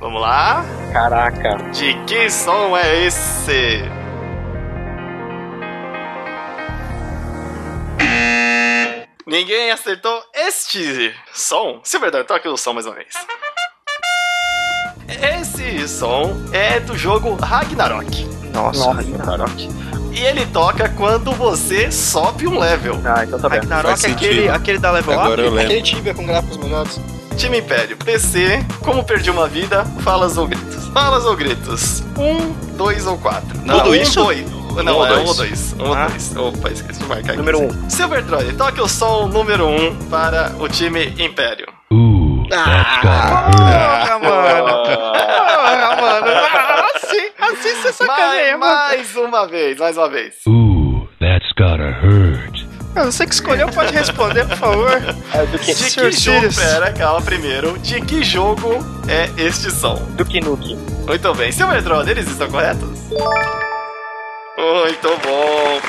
[SPEAKER 1] Vamos lá.
[SPEAKER 4] caraca.
[SPEAKER 1] De que som é esse? Ninguém acertou este som. Silverdor, toque o som mais uma vez. Esse som é do jogo Ragnarok.
[SPEAKER 5] Nossa,
[SPEAKER 4] Nossa.
[SPEAKER 5] Ragnarok.
[SPEAKER 1] E ele toca quando você sobe um level.
[SPEAKER 4] Ah, então tá bem.
[SPEAKER 2] Faz
[SPEAKER 5] Ragnarok é aquele,
[SPEAKER 2] sentido.
[SPEAKER 5] aquele da Level
[SPEAKER 2] Agora
[SPEAKER 5] Up?
[SPEAKER 2] eu lembro.
[SPEAKER 3] Aquele Tibia com gráficos melhores.
[SPEAKER 1] Time Império, PC, como perdi uma vida, falas ou gritos? Falas ou gritos? Um, dois ou quatro? Não,
[SPEAKER 5] Tudo
[SPEAKER 1] um,
[SPEAKER 5] isso?
[SPEAKER 1] Dois. Não,
[SPEAKER 5] ou
[SPEAKER 1] é um
[SPEAKER 5] dois?
[SPEAKER 1] ou dois. Um ou
[SPEAKER 5] Ah.
[SPEAKER 1] dois. Opa, esqueci de marcar aqui.
[SPEAKER 5] Número um.
[SPEAKER 1] Silver Drone, toque o som número um para o time Império.
[SPEAKER 5] Porra, mano. Porra, mano. Ah, Assim, assim você sacaneia,
[SPEAKER 1] mais,
[SPEAKER 5] mano.
[SPEAKER 1] mais é uma vez, mais uma vez.
[SPEAKER 13] Ooh, that's gotta hurt.
[SPEAKER 5] Ah, Você que escolheu pode responder, por favor.
[SPEAKER 4] É do,
[SPEAKER 1] De que
[SPEAKER 4] que,
[SPEAKER 5] Senhor
[SPEAKER 1] jogo...
[SPEAKER 5] Sirius.
[SPEAKER 1] Pera, calma primeiro. De que jogo é este som?
[SPEAKER 4] do Kinuki.
[SPEAKER 1] Muito bem. Silver Drone, eles estão corretos? Muito bom.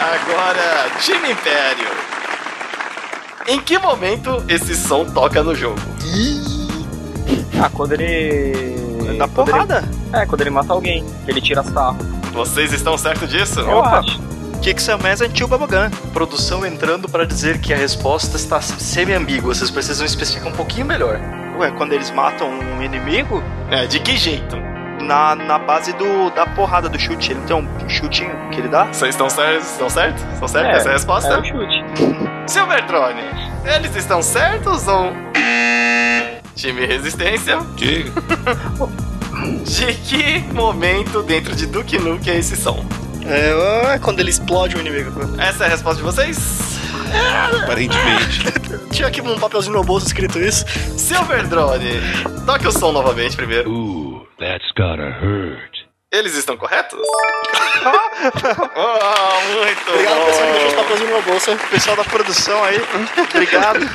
[SPEAKER 1] Agora, time Império. Em que momento esse som toca no jogo?
[SPEAKER 4] Ah, quando ele.
[SPEAKER 5] Dá
[SPEAKER 4] quando ele-
[SPEAKER 5] porrada.
[SPEAKER 4] É, quando ele mata alguém. que Ele tira sarro.
[SPEAKER 1] Vocês estão certos disso?
[SPEAKER 4] Eu acho.
[SPEAKER 5] Kixamés Antil Babagan.
[SPEAKER 11] Produção entrando pra dizer que a resposta está semi-ambígua. Vocês precisam especificar um pouquinho melhor.
[SPEAKER 5] Ué, quando eles matam um inimigo,
[SPEAKER 1] É, de que jeito?
[SPEAKER 5] na, na base do, da porrada do chute. Ele não tem um chutinho que ele dá?
[SPEAKER 1] Vocês estão certos? Estão certos? Estão certos?
[SPEAKER 4] É,
[SPEAKER 1] Essa é a resposta?
[SPEAKER 5] tá.
[SPEAKER 4] É um chute.
[SPEAKER 1] Silvertrone, eles estão certos ou. Time Resistência?
[SPEAKER 2] Diga.
[SPEAKER 1] De que momento dentro de Duke Nuke é esse som?
[SPEAKER 3] É, é quando ele explode o inimigo.
[SPEAKER 1] Essa é a resposta de vocês?
[SPEAKER 2] Aparentemente.
[SPEAKER 3] Tinha aqui um papelzinho no bolso escrito isso.
[SPEAKER 1] Silverdrone, toque o som novamente primeiro.
[SPEAKER 13] Ooh, that's gotta hurt.
[SPEAKER 1] Eles estão corretos? Ah, muito
[SPEAKER 3] Obrigado, pessoal que deixou os
[SPEAKER 1] bom.
[SPEAKER 3] papelzinhos no bolso.
[SPEAKER 5] Pessoal da produção aí, obrigado.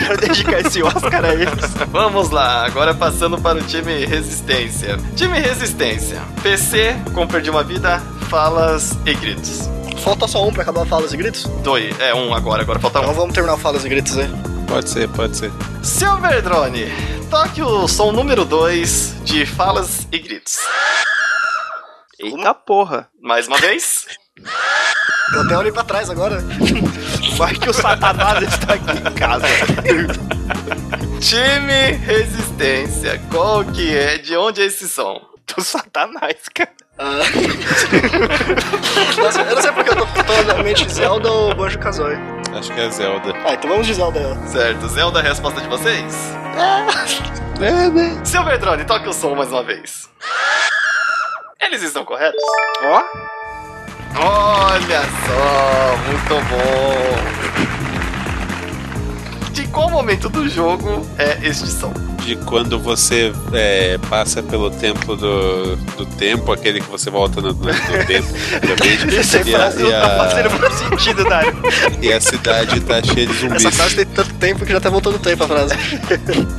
[SPEAKER 5] Quero dedicar esse Oscar a eles.
[SPEAKER 1] Vamos lá, agora passando para o time Resistência. Time Resistência, PC, como perdi uma vida, falas e gritos.
[SPEAKER 3] Falta só um pra acabar falas e gritos?
[SPEAKER 1] Dois, é um agora, agora falta um.
[SPEAKER 3] Então vamos terminar falas e gritos aí.
[SPEAKER 2] Pode ser, pode ser.
[SPEAKER 1] Silverdrone, toque o som número 2 de falas e gritos.
[SPEAKER 5] Eita porra.
[SPEAKER 1] Mais uma vez.
[SPEAKER 3] Eu até olhei pra trás agora.
[SPEAKER 5] Vai que o Satanás está aqui em casa.
[SPEAKER 1] Time Resistência, qual que é? De onde é esse som?
[SPEAKER 5] Do Satanás, cara.
[SPEAKER 3] Ah. Nossa, eu não sei porque eu tô, tô na mente Zelda ou Banjo Kazooie.
[SPEAKER 2] Acho que é Zelda.
[SPEAKER 3] Ah, então vamos de Zelda aí.
[SPEAKER 1] Certo, Zelda, a resposta de vocês?
[SPEAKER 2] É, né?
[SPEAKER 1] Silverdrone, toque o som mais uma vez. Eles estão corretos?
[SPEAKER 5] Ó,
[SPEAKER 1] Olha só, muito bom. De qual momento do jogo é este som?
[SPEAKER 2] De quando você é, passa pelo templo do, do tempo, aquele que você volta no, no- no tempo. obviamente,
[SPEAKER 3] é
[SPEAKER 5] essa
[SPEAKER 2] e, a,
[SPEAKER 5] frase
[SPEAKER 2] e,
[SPEAKER 5] não tá fazendo
[SPEAKER 2] a,
[SPEAKER 5] muito sentido, Dário.
[SPEAKER 2] e a cidade tá cheia de
[SPEAKER 3] Essa
[SPEAKER 2] zumbis.
[SPEAKER 3] frase tem tanto tempo que já tá voltando o tempo a frase.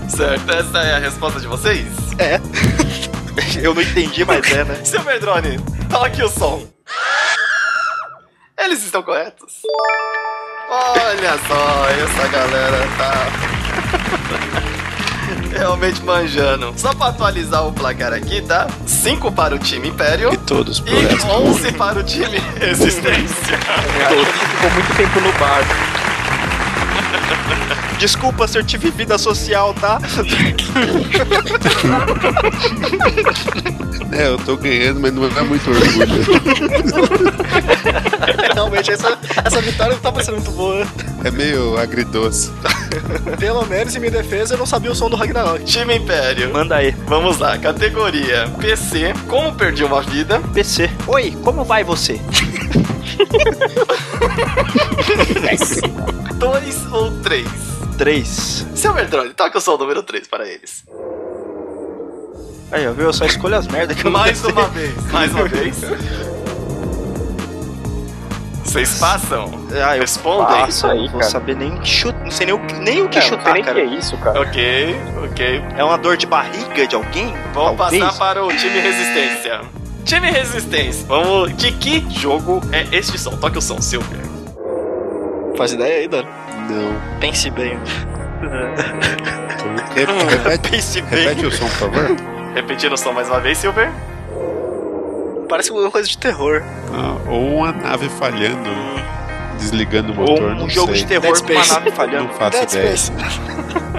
[SPEAKER 1] Certo, essa é a resposta de vocês?
[SPEAKER 5] Eu não entendi, mas é, né?
[SPEAKER 1] Silverdrone, toque o som. Eles estão corretos? Olha só, essa galera tá. Realmente manjando. Só pra atualizar o placar aqui, tá? 5 para o time Império
[SPEAKER 2] E todos pro
[SPEAKER 1] e
[SPEAKER 2] resto.
[SPEAKER 1] 11 para o time Resistência.
[SPEAKER 4] Ficou muito tempo no bar.
[SPEAKER 5] Desculpa se eu tive vida social, tá?
[SPEAKER 2] É, eu tô ganhando, mas não é muito orgulho.
[SPEAKER 3] Realmente, essa, essa vitória não tá parecendo muito boa.
[SPEAKER 2] É meio agridoce.
[SPEAKER 3] Pelo menos em minha defesa eu não sabia o som do Ragnarok.
[SPEAKER 1] Time Império.
[SPEAKER 5] Manda aí.
[SPEAKER 1] Vamos lá, categoria PC, como perdi uma vida.
[SPEAKER 5] PC. Oi, como vai você?
[SPEAKER 1] Dois ou três?
[SPEAKER 5] Três.
[SPEAKER 1] Seu Bertrand, toca o som número três para eles.
[SPEAKER 5] Aí, ó, viu? Eu só escolho as merdas que eu
[SPEAKER 1] Mais
[SPEAKER 5] não sei.
[SPEAKER 1] uma vez, mais uma vez. Vocês passam?
[SPEAKER 5] Ah, eu
[SPEAKER 1] Respondem.
[SPEAKER 5] passo,
[SPEAKER 4] Isso aí,
[SPEAKER 5] não vou
[SPEAKER 4] cara.
[SPEAKER 5] saber nem que chute, não sei nem o que, nem o que
[SPEAKER 4] Não, não sei
[SPEAKER 5] chutar,
[SPEAKER 4] nem o que
[SPEAKER 5] cara.
[SPEAKER 4] é isso, cara.
[SPEAKER 1] Ok, ok.
[SPEAKER 5] É uma dor de barriga de alguém?
[SPEAKER 1] Vamos
[SPEAKER 5] Talvez.
[SPEAKER 1] passar para o time Resistência. Time Resistência, vamos. De que jogo é este som? Toque o som, Silver.
[SPEAKER 3] Faz ideia aí, Dora?
[SPEAKER 2] Não.
[SPEAKER 5] Pense bem.
[SPEAKER 2] Re- Repete,
[SPEAKER 5] Pense bem.
[SPEAKER 2] repete o som, por favor.
[SPEAKER 1] Repetindo o som mais uma vez, Silver.
[SPEAKER 5] Parece uma coisa de terror.
[SPEAKER 2] Ah, ou uma nave falhando, desligando o
[SPEAKER 5] Ou
[SPEAKER 2] motor,
[SPEAKER 5] um
[SPEAKER 2] não
[SPEAKER 5] jogo
[SPEAKER 2] sei.
[SPEAKER 5] de terror
[SPEAKER 3] Dead
[SPEAKER 5] com uma
[SPEAKER 3] Space.
[SPEAKER 5] nave falhando.
[SPEAKER 2] Não faço
[SPEAKER 3] Dead
[SPEAKER 2] ideia.
[SPEAKER 3] Space.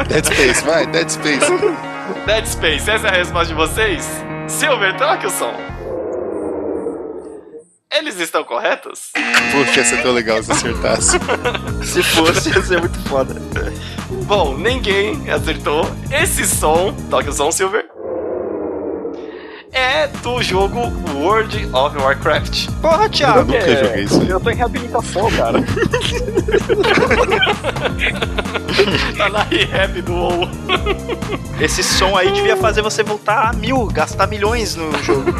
[SPEAKER 2] Dead Space, vai, Dead Space.
[SPEAKER 1] Dead Space, essa é a resposta de vocês? Silver, troque o som. Eles estão corretos?
[SPEAKER 2] Puxa, ia ser tão legal se acertasse.
[SPEAKER 5] Se fosse, ia ser muito foda.
[SPEAKER 1] Bom, ninguém acertou. Esse som, toque o som, Silver. É do jogo World of Warcraft.
[SPEAKER 5] Porra,
[SPEAKER 2] Eu
[SPEAKER 5] Thiago.
[SPEAKER 2] nunca joguei isso.
[SPEAKER 4] Eu tô em reabilitação, cara.
[SPEAKER 1] Tá na rap do WoW.
[SPEAKER 5] Esse som aí devia fazer você voltar a mil, gastar milhões no jogo.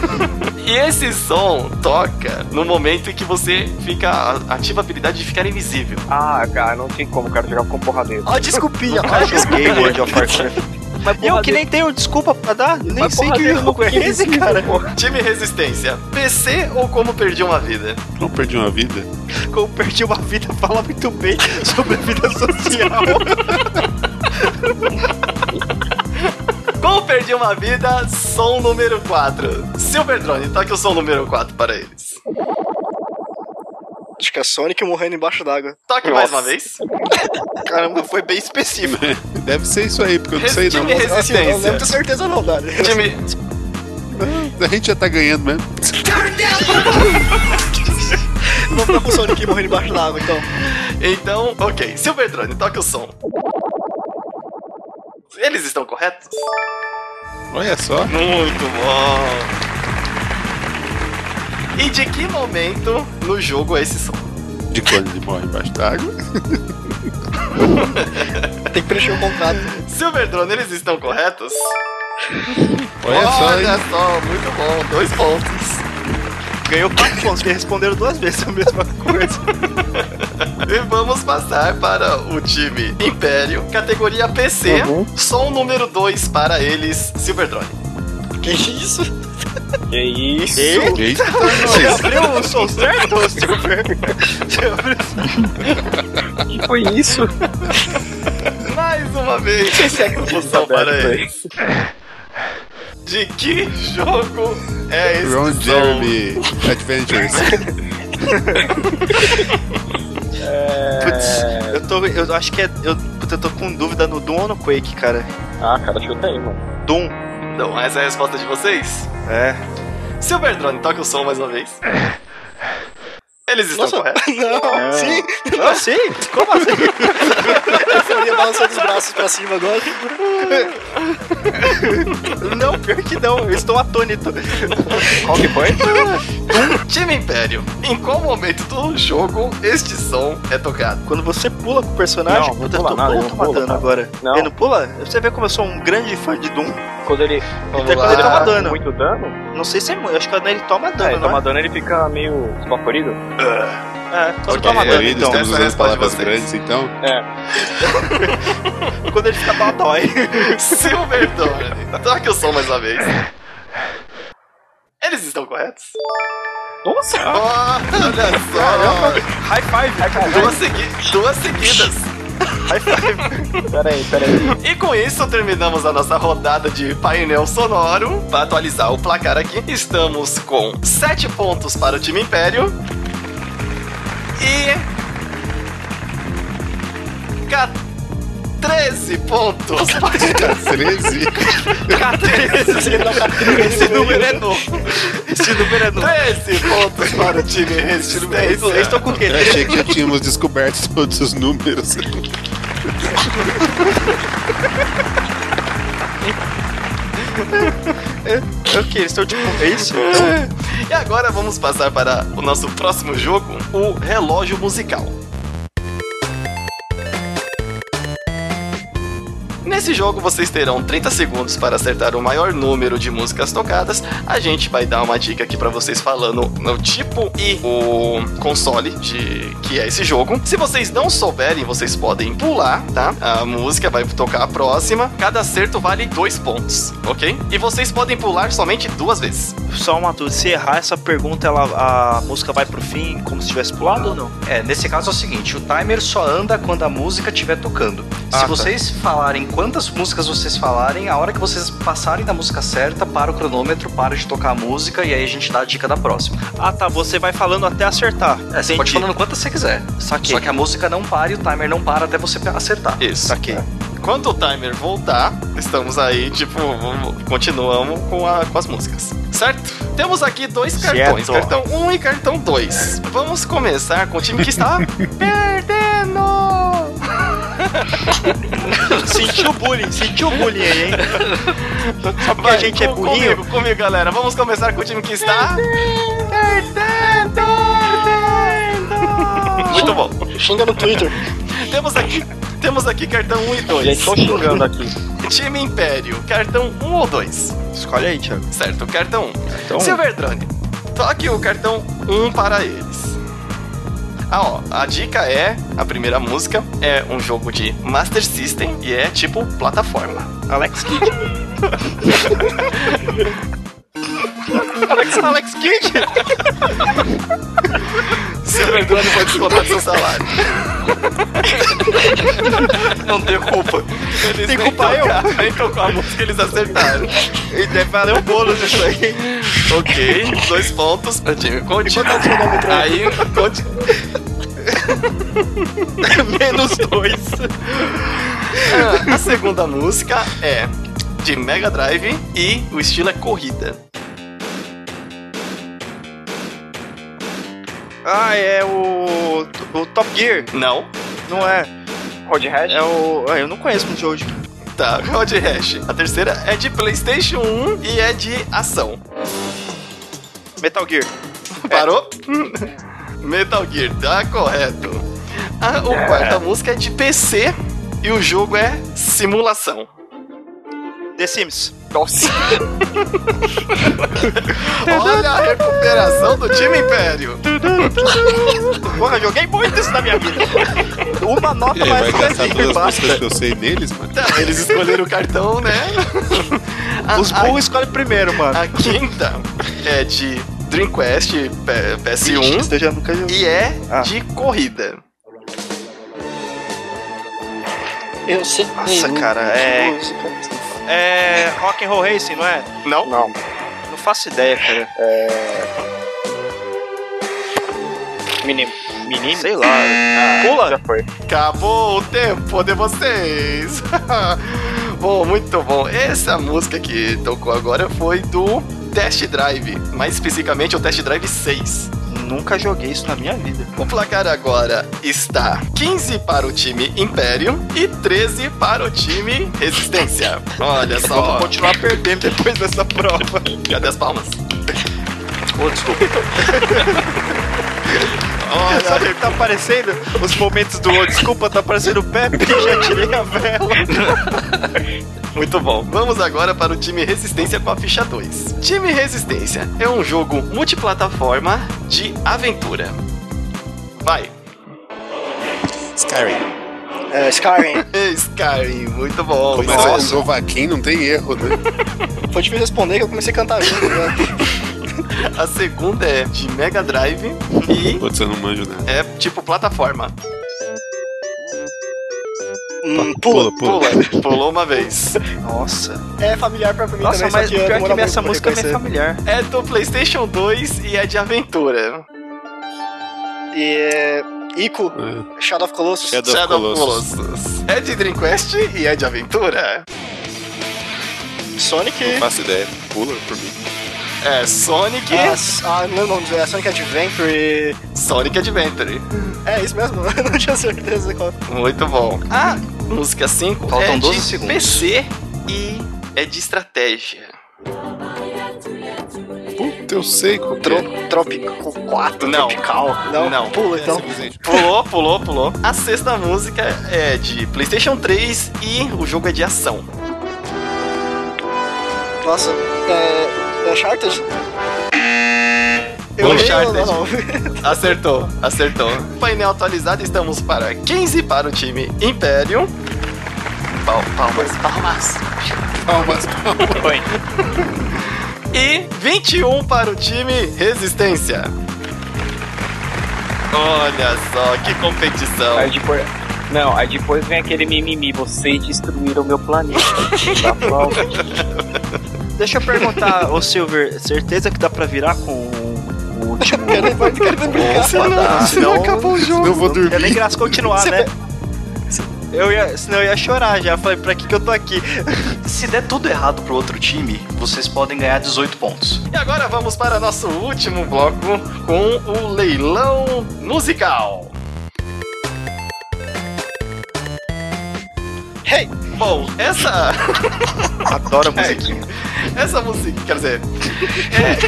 [SPEAKER 1] E esse som toca no momento em que você fica ativa a habilidade de ficar invisível.
[SPEAKER 4] Ah, cara, não tem como, cara, jogar com porra dele.
[SPEAKER 5] Ó, desculpinha. Nunca
[SPEAKER 4] é
[SPEAKER 5] joguei World of Warcraft.
[SPEAKER 4] Mas
[SPEAKER 5] Eu que nem tenho desculpa pra dar, nem sei que jogo é esse, cara.
[SPEAKER 1] Time Resistência, PC ou como perdi uma vida?
[SPEAKER 2] Não perdi uma vida.
[SPEAKER 5] Como perdi uma vida, fala muito bem sobre a vida social.
[SPEAKER 1] Como perdi uma vida, som número 4. Silverdrone, toque o som número 4 para eles.
[SPEAKER 3] Acho que é Sonic morrendo embaixo d'água.
[SPEAKER 1] Toque mais uma vez.
[SPEAKER 5] Caramba, foi bem específico.
[SPEAKER 2] Deve ser isso aí, porque eu não sei
[SPEAKER 1] Res-
[SPEAKER 2] não.
[SPEAKER 1] time
[SPEAKER 3] Assim, eu não
[SPEAKER 1] Resistência.
[SPEAKER 3] tenho certeza não, Dari.
[SPEAKER 1] Time,
[SPEAKER 2] A gente já tá ganhando mesmo.
[SPEAKER 3] Vamos ficar com o Sonic morrendo embaixo d'água, então.
[SPEAKER 1] Então, ok. Silverdrone, toque o som. Eles estão corretos?
[SPEAKER 2] Olha só.
[SPEAKER 1] Muito bom. E de que momento no jogo é esse som?
[SPEAKER 2] De quando ele morre embaixo d'água.
[SPEAKER 3] Tem que preencher o contrato.
[SPEAKER 1] Silverdrone, eles estão corretos?
[SPEAKER 2] Olha só, hein?
[SPEAKER 1] só, muito bom. Dois pontos.
[SPEAKER 5] Ganhou quatro pontos, porque responderam duas vezes a mesma coisa.
[SPEAKER 1] E vamos passar para o time Império, categoria PC. Som número 2 para eles, Silverdrone.
[SPEAKER 3] Que isso?
[SPEAKER 4] Que isso?
[SPEAKER 2] Eita,
[SPEAKER 5] Você abriu o som certo, ô, Silver? Você abriu
[SPEAKER 4] Que foi isso?
[SPEAKER 1] Mais uma vez, esse é confusão para eles. De que jogo é esse
[SPEAKER 2] Ron
[SPEAKER 1] som?
[SPEAKER 2] Jeremy É Adventures.
[SPEAKER 5] Putz, eu tô. Eu acho que é. Eu, puta, eu tô com dúvida no Doom ou no Quake, cara.
[SPEAKER 4] Ah, cara, chuta aí, mano.
[SPEAKER 5] Doom.
[SPEAKER 1] Então, essa é a resposta de vocês?
[SPEAKER 5] É.
[SPEAKER 1] Silverdrone, toque o som mais uma vez. Eles estão
[SPEAKER 3] Nossa.
[SPEAKER 1] corretos.
[SPEAKER 3] Não,
[SPEAKER 4] É.
[SPEAKER 3] sim.
[SPEAKER 5] Não, sim. Como assim?
[SPEAKER 3] Eu ia balançando os braços pra cima agora.
[SPEAKER 5] Não, pior que não. Eu estou atônito.
[SPEAKER 4] Qual que foi?
[SPEAKER 1] Time Império, em qual momento do jogo este som é tocado?
[SPEAKER 5] Quando você pula com o personagem,
[SPEAKER 4] Não, não
[SPEAKER 5] puta, eu
[SPEAKER 4] pula
[SPEAKER 5] tô
[SPEAKER 4] nada, eu
[SPEAKER 5] todo
[SPEAKER 4] não pulo,
[SPEAKER 5] matando
[SPEAKER 4] cara.
[SPEAKER 5] agora.
[SPEAKER 4] Não.
[SPEAKER 5] Ele não pula? Você vê como eu sou um grande fã de Doom.
[SPEAKER 4] Quando ele.
[SPEAKER 5] Até é quando ele toma dano.
[SPEAKER 4] Muito dano?
[SPEAKER 5] Não sei se é muito. Acho que quando ele toma
[SPEAKER 4] É,
[SPEAKER 5] dano,
[SPEAKER 4] ele
[SPEAKER 5] não é?
[SPEAKER 4] toma dano ele fica meio esvaporido.
[SPEAKER 5] É, quando
[SPEAKER 1] Ok,
[SPEAKER 5] toma
[SPEAKER 1] é
[SPEAKER 5] dano,
[SPEAKER 2] Eles
[SPEAKER 5] então.
[SPEAKER 2] estamos
[SPEAKER 1] essa é a
[SPEAKER 2] usando
[SPEAKER 1] resposta de
[SPEAKER 2] palavras
[SPEAKER 1] vocês.
[SPEAKER 2] grandes, então.
[SPEAKER 5] Quando ele fica dodói.
[SPEAKER 1] Silverdrone, toque o som mais uma vez. Eles estão corretos?
[SPEAKER 4] Nossa!
[SPEAKER 1] Olha só!
[SPEAKER 5] High five.
[SPEAKER 1] Duas, segui- duas seguidas.
[SPEAKER 4] Pera aí, pera aí.
[SPEAKER 1] E com isso terminamos a nossa rodada de painel sonoro. Para atualizar o placar aqui, estamos com 7 pontos para o time Império e 13 pontos.
[SPEAKER 2] 13.
[SPEAKER 1] 13. Esse número é novo.
[SPEAKER 5] Esse número é novo. é
[SPEAKER 1] 13 pontos para o time
[SPEAKER 5] Eu
[SPEAKER 1] Resistência.
[SPEAKER 5] estou com o quê?
[SPEAKER 2] Eu achei que já tínhamos descoberto todos os números.
[SPEAKER 5] ok, eles estão tipo. É isso?
[SPEAKER 1] E agora vamos passar para o nosso próximo jogo, o relógio musical. Nesse jogo vocês terão 30 segundos para acertar o maior número de músicas tocadas. A gente vai dar uma dica aqui para vocês falando no tipo e o console de que é esse jogo. Se vocês não souberem, vocês podem pular, tá? A música vai tocar a próxima. Cada acerto vale dois pontos, ok? E vocês podem pular somente duas vezes.
[SPEAKER 5] Só uma dúvida, se errar essa pergunta, ela, a música vai pro fim como se tivesse pulado ou não?
[SPEAKER 11] É, nesse caso é o seguinte, o timer só anda quando a música estiver tocando.
[SPEAKER 5] Ah,
[SPEAKER 11] Se
[SPEAKER 5] tá.
[SPEAKER 11] vocês falarem quantas músicas vocês falarem, a hora que vocês passarem da música certa, para o cronômetro, para de tocar a música e aí a gente dá a dica da próxima.
[SPEAKER 5] Ah tá, você vai falando até acertar.
[SPEAKER 11] É, você pode ir falando quantas você quiser.
[SPEAKER 5] Saquei.
[SPEAKER 11] Só que a música não para e o timer não para até você acertar.
[SPEAKER 1] Isso.
[SPEAKER 5] Saquei.
[SPEAKER 1] Tá Quando o timer voltar, estamos aí, tipo, vamos- continuamos com, a- com as músicas. Certo? Temos aqui dois cartões,
[SPEAKER 5] Certo.
[SPEAKER 1] cartão 1 e cartão 2. Vamos começar com o time que está perdendo!
[SPEAKER 5] Sentiu bullying, sentiu bullying aí, hein? Só porque a gente é
[SPEAKER 1] com-
[SPEAKER 5] burrinho.
[SPEAKER 1] Comigo, comigo, galera. Vamos começar com o time que está perdendo! Muito bom.
[SPEAKER 3] Xinga no Twitter.
[SPEAKER 1] Temos aqui, temos aqui cartão 1 e 2.
[SPEAKER 3] Gente, tô xingando aqui.
[SPEAKER 1] Time Império, cartão 1 ou 2?
[SPEAKER 5] Escolhe aí, Thiago.
[SPEAKER 1] Certo, cartão 1. Silverdrane, toque o cartão 1 para eles. Ah, ó, a dica é, a primeira música é um jogo de Master System e é tipo plataforma.
[SPEAKER 5] Alex Kidd.
[SPEAKER 1] Alex, Alex Kidd! Silverdrane pode descontar seu salário.
[SPEAKER 11] Não tem culpa.
[SPEAKER 1] Eles nem tocaram, nem tocou a música, eles acertaram.
[SPEAKER 5] Ele deve valer um bônus isso aí.
[SPEAKER 1] ok, dois pontos. O time continua. Aí, conti-
[SPEAKER 5] Menos dois.
[SPEAKER 1] Ah, a segunda música é de Mega Drive e o estilo é corrida.
[SPEAKER 5] Ah, é o. O Top Gear.
[SPEAKER 1] Não?
[SPEAKER 5] Não é.
[SPEAKER 4] Road Rash?
[SPEAKER 5] É o. ah, eu não conheço muito jogo de.
[SPEAKER 1] Tá, Road Rash. A terceira é de PlayStation 1 e é de ação.
[SPEAKER 5] Metal Gear.
[SPEAKER 1] Parou? Metal Gear, tá correto. A o quarta música é de PC e o jogo é simulação.
[SPEAKER 5] The Sims.
[SPEAKER 4] Nossa.
[SPEAKER 1] Olha a recuperação do time Império.
[SPEAKER 5] Porra, joguei muito isso na minha vida. Uma nota
[SPEAKER 2] E aí, É, vai
[SPEAKER 5] mais
[SPEAKER 2] gastar
[SPEAKER 5] que
[SPEAKER 2] todas as músicas
[SPEAKER 5] basta.
[SPEAKER 2] que eu sei deles, mano?
[SPEAKER 1] Tá, eles escolheram o cartão, né? A-
[SPEAKER 5] Os
[SPEAKER 1] a-
[SPEAKER 5] burros escolhem primeiro, mano.
[SPEAKER 1] A quinta é de Dreamcast P-
[SPEAKER 5] Ixi,
[SPEAKER 1] PS1
[SPEAKER 5] você já nunca jogou.
[SPEAKER 1] e é
[SPEAKER 5] Ah.
[SPEAKER 1] de corrida.
[SPEAKER 3] Eu sei.
[SPEAKER 5] Nossa, cara, é- É. Rock and Roll Racing, não é?
[SPEAKER 1] Não?
[SPEAKER 3] Não.
[SPEAKER 5] Não faço ideia, cara.
[SPEAKER 4] Menino. Menino?
[SPEAKER 5] Sei lá. Pula?
[SPEAKER 4] Já foi.
[SPEAKER 1] Acabou o tempo de vocês! bom, muito bom. Essa música que tocou agora foi do Test Drive, mais especificamente o Test Drive 6.
[SPEAKER 5] Nunca joguei isso na minha vida.
[SPEAKER 1] O placar agora está 15 para o time Império e 13 para o time Resistência. Olha
[SPEAKER 5] Vou
[SPEAKER 1] só,
[SPEAKER 5] continuar perdendo depois dessa prova.
[SPEAKER 1] cadê as palmas?
[SPEAKER 5] Ô, desculpa.
[SPEAKER 1] Olha,
[SPEAKER 5] Sabe o que tá aparecendo? Os momentos do ô, desculpa, tá aparecendo o Pepe. Já tirei a vela.
[SPEAKER 1] Muito bom. Vamos agora para o time Resistência com a ficha 2. Time Resistência é um jogo multiplataforma de aventura. Vai.
[SPEAKER 2] Skyrim.
[SPEAKER 3] É, Skyrim.
[SPEAKER 1] Skyrim, muito bom.
[SPEAKER 2] Começar com
[SPEAKER 1] Nossa,
[SPEAKER 2] Zovaquim não tem erro, né?
[SPEAKER 3] Foi difícil responder que eu comecei a cantar junto, né?
[SPEAKER 1] a segunda é de Mega Drive e
[SPEAKER 2] Putz, eu não manjo nada.
[SPEAKER 1] é tipo plataforma.
[SPEAKER 3] Hum, pula.
[SPEAKER 2] Pula, pula.
[SPEAKER 1] Pula, pulou uma vez.
[SPEAKER 5] Nossa.
[SPEAKER 3] É familiar pra mim
[SPEAKER 5] Nossa,
[SPEAKER 3] também,
[SPEAKER 5] mas
[SPEAKER 3] só que
[SPEAKER 5] pior
[SPEAKER 3] demora
[SPEAKER 5] que
[SPEAKER 3] muito
[SPEAKER 5] essa
[SPEAKER 3] pra
[SPEAKER 5] música Então, é meio
[SPEAKER 3] reconhecer.
[SPEAKER 5] familiar.
[SPEAKER 1] É do PlayStation 2 e é de aventura.
[SPEAKER 3] E é... Ico,
[SPEAKER 2] É.
[SPEAKER 3] Shadow of Colossus.
[SPEAKER 2] Shadow of
[SPEAKER 1] Shadow of
[SPEAKER 2] Colossus.
[SPEAKER 1] Colossus. É de Dreamcast e é de aventura.
[SPEAKER 3] Sonic.
[SPEAKER 2] Não faço ideia. Pula por mim.
[SPEAKER 1] É Sonic,
[SPEAKER 3] Ah, s- ah, não, não, é Sonic Adventure. e-
[SPEAKER 1] Sonic Adventure.
[SPEAKER 3] É isso mesmo, eu não tinha certeza qual.
[SPEAKER 1] Muito bom. A música 5
[SPEAKER 11] Faltam
[SPEAKER 1] é
[SPEAKER 11] 12
[SPEAKER 1] de
[SPEAKER 11] segundos.
[SPEAKER 1] PC e é de estratégia.
[SPEAKER 2] É. Puta, eu sei qual que é.
[SPEAKER 3] Tro, tropical 4,
[SPEAKER 1] Não.
[SPEAKER 3] tropical. Não,
[SPEAKER 1] Não.
[SPEAKER 3] pula então.
[SPEAKER 2] é Simplesmente.
[SPEAKER 1] Pulou, pulou, pulou. A sexta música é de PlayStation 3 e o jogo é de ação.
[SPEAKER 3] Nossa, é. É Chartered?
[SPEAKER 1] Bom, Uncharted.
[SPEAKER 3] não, não.
[SPEAKER 1] Acertou, acertou. Painel atualizado, estamos para 15 para o time Imperium. Pal- Palmas, palmas.
[SPEAKER 2] Palmas.
[SPEAKER 1] E 21 para o time Resistência. Olha só, que competição.
[SPEAKER 4] Aí depois. Não, aí depois vem aquele mimimi, vocês destruíram meu planeta. tá bom?
[SPEAKER 5] Deixa eu perguntar, ô Silver, certeza que dá pra virar com o último?
[SPEAKER 3] Quero ver- quero ver brincar.
[SPEAKER 5] Opa, dá.
[SPEAKER 3] Ah,
[SPEAKER 5] Senão-
[SPEAKER 3] o jogo.
[SPEAKER 2] Não vou
[SPEAKER 5] É nem
[SPEAKER 2] dormir.
[SPEAKER 5] graça continuar, né? Eu ia, senão eu ia chorar já. Falei, pra que que eu tô aqui?
[SPEAKER 11] Se der tudo errado pro outro time, vocês podem ganhar 18 pontos.
[SPEAKER 1] E agora vamos para nosso último bloco com o leilão musical. Hey! Bom, essa.
[SPEAKER 5] Adoro musiquinha.
[SPEAKER 1] Essa música, quer dizer,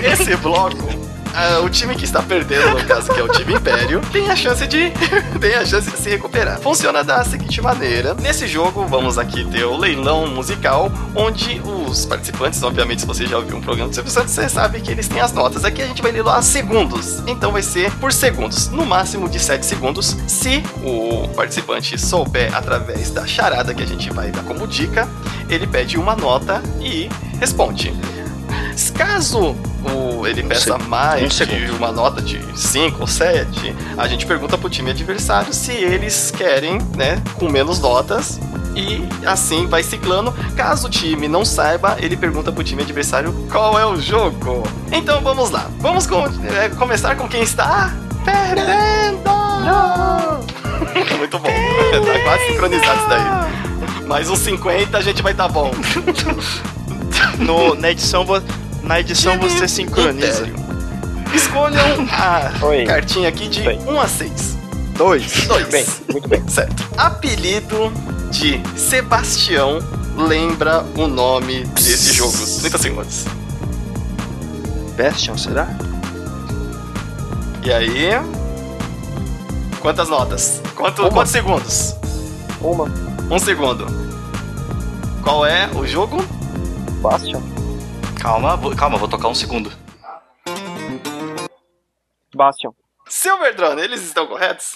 [SPEAKER 1] é, esse bloco, ah, o time que está perdendo, no caso, que é o time Império, tem a chance de tem a chance de se recuperar. Funciona da seguinte maneira: nesse jogo, vamos aqui ter o leilão musical, onde os participantes, obviamente, se você já ouviu um programa do Silvio Santos, você sabe que eles têm as notas. Aqui a gente vai leiloar segundos, então vai ser por segundos, no máximo de 7 segundos, se o participante souber através da charada que a gente vai dar como dica, ele pede uma nota e responde. Caso o- ele peça mais de uma nota de 5 ou 7, a gente pergunta pro time adversário se eles querem, né, com menos notas. E assim vai ciclando. Caso o time não saiba, ele pergunta pro time adversário qual é o jogo. Então vamos lá. Vamos com- é, começar com quem está perdendo! Muito bom. tá quase sincronizado isso daí. Mais uns 50 a gente vai tá bom.
[SPEAKER 5] No, na edição, vo- na edição
[SPEAKER 1] Time
[SPEAKER 3] um
[SPEAKER 5] você sincroniza.
[SPEAKER 1] Império. Escolham a
[SPEAKER 4] Oi.
[SPEAKER 1] cartinha aqui de
[SPEAKER 4] Bem.
[SPEAKER 1] 1 a 6.
[SPEAKER 5] Dois.
[SPEAKER 1] 2.
[SPEAKER 4] Bem, muito bem.
[SPEAKER 1] Certo. Apelido de Sebastião lembra o nome desse jogo. 30 segundos.
[SPEAKER 5] Bastion, será?
[SPEAKER 1] E aí? Quantas notas? Quanto-
[SPEAKER 4] Uma.
[SPEAKER 1] quantos segundos?
[SPEAKER 4] Uma,
[SPEAKER 1] Um segundo. Qual é o jogo?
[SPEAKER 4] Bastion.
[SPEAKER 11] Calma, vou, calma, vou tocar um segundo.
[SPEAKER 4] Bastion.
[SPEAKER 1] Silverdrone, eles estão corretos?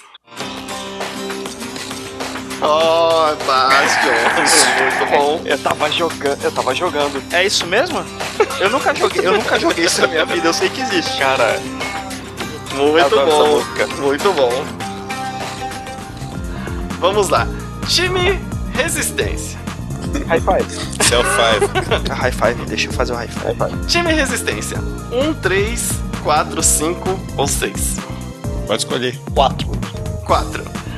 [SPEAKER 1] Oh, Bastion. Muito bom.
[SPEAKER 4] Eu tava jogando, eu tava jogando.
[SPEAKER 5] É isso mesmo? Eu nunca joguei, eu nunca joguei isso na minha vida, eu sei que existe. Cara,
[SPEAKER 1] Muito
[SPEAKER 5] Adoro essa
[SPEAKER 1] bom.
[SPEAKER 5] música.
[SPEAKER 1] Muito bom. Vamos lá. Time Resistência.
[SPEAKER 4] High five.
[SPEAKER 2] Cell 5.
[SPEAKER 5] A high five, deixa eu
[SPEAKER 11] um
[SPEAKER 5] fazer o high five.
[SPEAKER 4] High five.
[SPEAKER 1] Time Resistência. 1, 3, 4, 5 ou 6.
[SPEAKER 2] Pode escolher.
[SPEAKER 1] 4.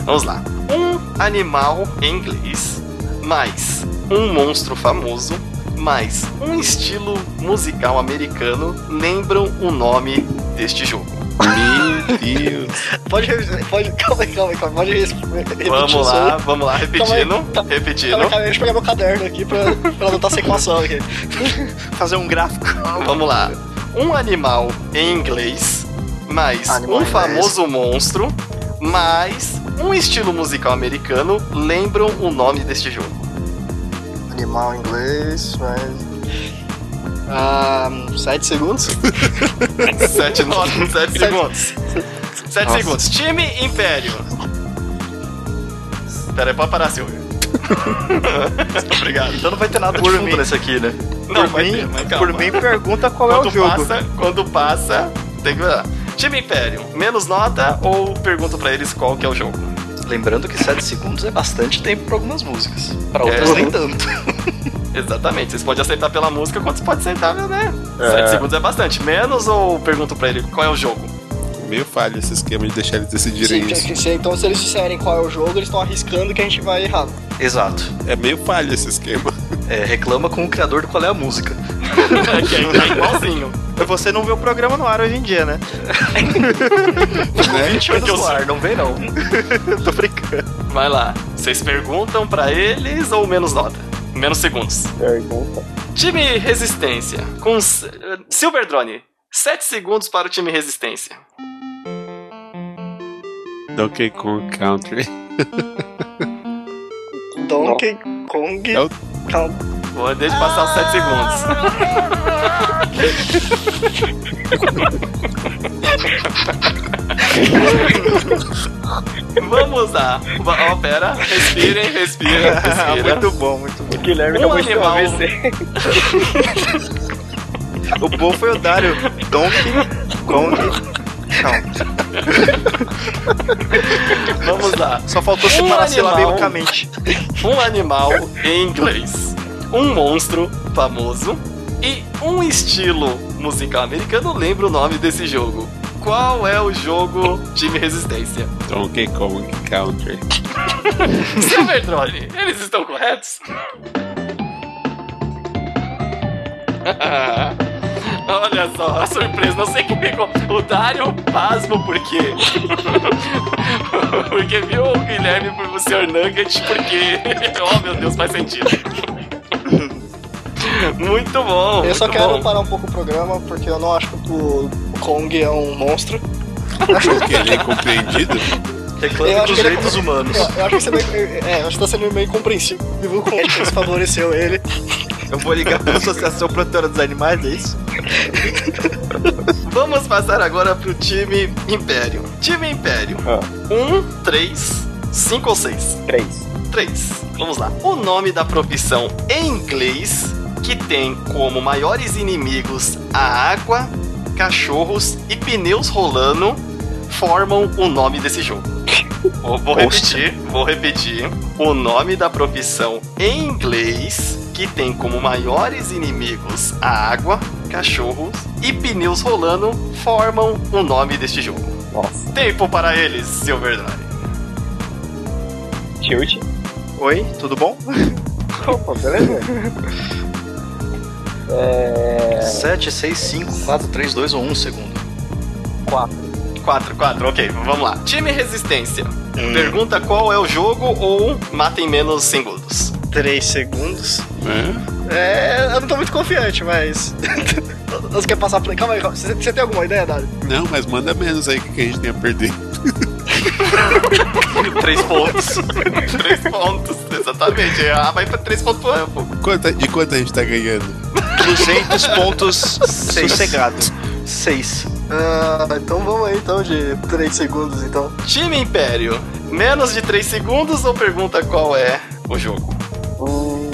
[SPEAKER 1] Vamos lá. Um animal em inglês, mais um monstro famoso, mais um estilo musical americano lembram o nome deste jogo.
[SPEAKER 2] Meu Deus.
[SPEAKER 3] Pode, rever- pode, calma aí, calma aí, calma aí. Pode res- repetir o
[SPEAKER 1] Vamos
[SPEAKER 3] som.
[SPEAKER 1] lá, vamos lá, repetindo,
[SPEAKER 4] Tá,
[SPEAKER 3] Calma Calma aí,
[SPEAKER 1] repetindo.
[SPEAKER 3] calma aí, deixa eu pegar meu caderno aqui pra, pra anotar essa equação aqui.
[SPEAKER 5] Fazer um gráfico.
[SPEAKER 1] Vamos lá. Um animal em inglês, mais
[SPEAKER 4] Animal
[SPEAKER 1] um
[SPEAKER 4] em
[SPEAKER 1] famoso monstro, mais um estilo musical americano lembram o nome deste jogo.
[SPEAKER 3] Animal em inglês, mas. Ah, 7 segundos?
[SPEAKER 1] Sete notas, sete segundos. Sete segundos. Time Império. Pera aí, pode parar, Silvio. Obrigado.
[SPEAKER 11] Então não vai ter nada
[SPEAKER 5] Por
[SPEAKER 11] de fundo
[SPEAKER 5] mim.
[SPEAKER 11] nesse aqui, né?
[SPEAKER 1] Não,
[SPEAKER 5] por
[SPEAKER 1] vai
[SPEAKER 5] mim,
[SPEAKER 1] ter, mas calma.
[SPEAKER 5] por mim pergunta qual é o
[SPEAKER 1] quando
[SPEAKER 5] jogo.
[SPEAKER 1] passa, quando passa, tem que olhar. Time Império, menos nota ou pergunta pra eles qual que é o jogo?
[SPEAKER 11] Lembrando que 7 segundos é bastante tempo pra algumas músicas.
[SPEAKER 3] É.
[SPEAKER 11] Pra outras
[SPEAKER 3] Uhum.
[SPEAKER 11] nem tanto.
[SPEAKER 1] Exatamente, vocês podem acertar pela música quanto vocês podem acertar, né? 7 segundos é bastante. Menos ou pergunto pra ele qual é o jogo?
[SPEAKER 2] Meio falha esse esquema de deixar eles decidirem
[SPEAKER 3] Sim, tinha
[SPEAKER 2] isso.
[SPEAKER 3] que ser. Então, se eles disserem qual é o jogo, eles estão arriscando que a gente vai errar.
[SPEAKER 11] Exato.
[SPEAKER 2] É meio falha esse esquema.
[SPEAKER 11] É, reclama com o criador de qual é a música.
[SPEAKER 1] que aí tá igualzinho.
[SPEAKER 5] Você não vê o programa no ar hoje em dia, né?
[SPEAKER 2] Né?
[SPEAKER 1] Porque eu-
[SPEAKER 11] não vem não.
[SPEAKER 5] Tô brincando.
[SPEAKER 1] Vai lá. Vocês perguntam pra eles ou menos nota? Menos segundos.
[SPEAKER 4] Pergunta.
[SPEAKER 1] Time Resistência. Com S- eh, Silver Drone. 7 segundos para o time Resistência.
[SPEAKER 2] Donkey Kong Country.
[SPEAKER 3] Donkey Kong.
[SPEAKER 2] É o-
[SPEAKER 3] Count-
[SPEAKER 1] Vou deixa passar os 7 segundos. Vamos lá. Va- Ó, pera. Respirem, respirem, respirem.
[SPEAKER 5] Ah, muito bom, muito bom.
[SPEAKER 4] O Guilherme
[SPEAKER 1] Um
[SPEAKER 4] acabou de ter um
[SPEAKER 1] animal.
[SPEAKER 4] AVC.
[SPEAKER 5] O bom foi o Dario. Donkey Kong. Count.
[SPEAKER 1] Vamos lá.
[SPEAKER 5] Só faltou
[SPEAKER 1] Um
[SPEAKER 5] separar
[SPEAKER 1] animal.
[SPEAKER 5] silabicamente.
[SPEAKER 1] Um animal em inglês. Um monstro famoso. E um estilo musical americano. Lembra o nome desse jogo. Qual é o jogo Time Resistência?
[SPEAKER 2] Donkey Kong Country.
[SPEAKER 1] Silver Drone, eles estão corretos? Olha só, a surpresa, não sei quem pegou. O Dario pasmo, por quê? porque viu o Guilherme por o Sr. Nugget, porque. Oh meu Deus, faz sentido. muito bom.
[SPEAKER 3] Eu só
[SPEAKER 1] muito
[SPEAKER 3] quero
[SPEAKER 1] bom.
[SPEAKER 3] parar um pouco o programa, porque eu não acho que o o Kong é um monstro.
[SPEAKER 2] Achou que ele é incompreendido?
[SPEAKER 3] eu acho
[SPEAKER 1] dos
[SPEAKER 3] que ele-
[SPEAKER 1] jeitos humanos.
[SPEAKER 3] Eu, eu acho que você vai- é, eu acho que tá sendo meio compreensível o Kong que desfavoreceu ele.
[SPEAKER 5] Eu vou ligar pra Associação Protetora dos Animais, é isso?
[SPEAKER 1] Vamos passar agora pro time Império. Time Império. Um, três, cinco ou seis?
[SPEAKER 4] Três.
[SPEAKER 1] Três. Vamos lá. O nome da profissão em inglês que tem como maiores inimigos a água, cachorros e pneus rolando formam o nome desse jogo. Vou vou repetir, vou repetir. O nome da profissão em inglês que tem como maiores inimigos a água, cachorros e pneus rolando formam o nome deste jogo.
[SPEAKER 4] Nossa.
[SPEAKER 1] Tempo para eles, Silver Drive.
[SPEAKER 4] Tilt.
[SPEAKER 5] Oi, tudo bom?
[SPEAKER 4] Opa, beleza.
[SPEAKER 11] 7, 6, 5, 4, 3, 2 ou 1 segundo.
[SPEAKER 1] 4, 4, ok, vamos lá. Time Resistência.
[SPEAKER 3] Hum.
[SPEAKER 1] Pergunta qual é o jogo ou um, matem menos segundos.
[SPEAKER 3] 3 segundos.
[SPEAKER 2] Hã?
[SPEAKER 3] É, eu não tô muito confiante, mas. Você quer passar play? Calma aí, calma. Você, você tem alguma ideia, Dário?
[SPEAKER 2] Não, mas manda menos aí que a gente tem a perder.
[SPEAKER 1] 3 pontos. 3 pontos, exatamente. Ah, vai pra 3 pontos pro campo.
[SPEAKER 2] Quanto- de quanto a gente tá ganhando?
[SPEAKER 5] 200 pontos sossegados.
[SPEAKER 11] 6.
[SPEAKER 3] Ah, então vamos aí então de 3 segundos então.
[SPEAKER 1] Time Império. Menos de 3 segundos ou pergunta qual é o jogo?
[SPEAKER 4] Hum,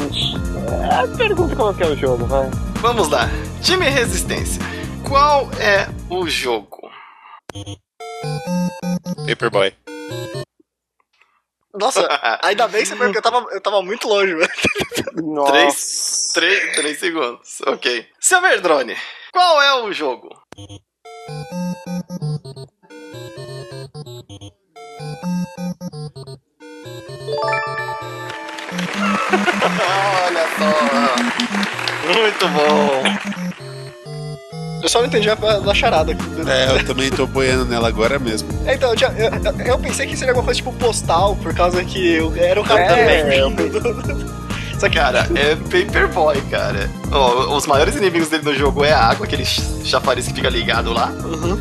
[SPEAKER 4] é, pergunta qual que é o jogo, vai.
[SPEAKER 1] Vamos lá. Time Resistência. Qual é o jogo?
[SPEAKER 2] Paperboy.
[SPEAKER 3] Nossa, ainda bem que você perguntou, eu tava, eu tava muito longe, velho.
[SPEAKER 4] Nossa.
[SPEAKER 1] 3 3, 3 segundos. Ok. Seu Verdrone, qual é o jogo? Olha só. Muito bom.
[SPEAKER 3] Eu só não entendi a, a charada aqui.
[SPEAKER 2] É, eu também tô boiando nela agora mesmo.
[SPEAKER 1] É,
[SPEAKER 3] Então, eu, tinha- eu, eu- eu pensei que seria alguma coisa tipo postal, por causa que eu- era o capitão
[SPEAKER 4] É,
[SPEAKER 3] bem-vindo. Só que,
[SPEAKER 1] Cara, é Paperboy, cara. Ó, os maiores inimigos dele no jogo é a água, aquele ch- chafariz que fica ligado lá,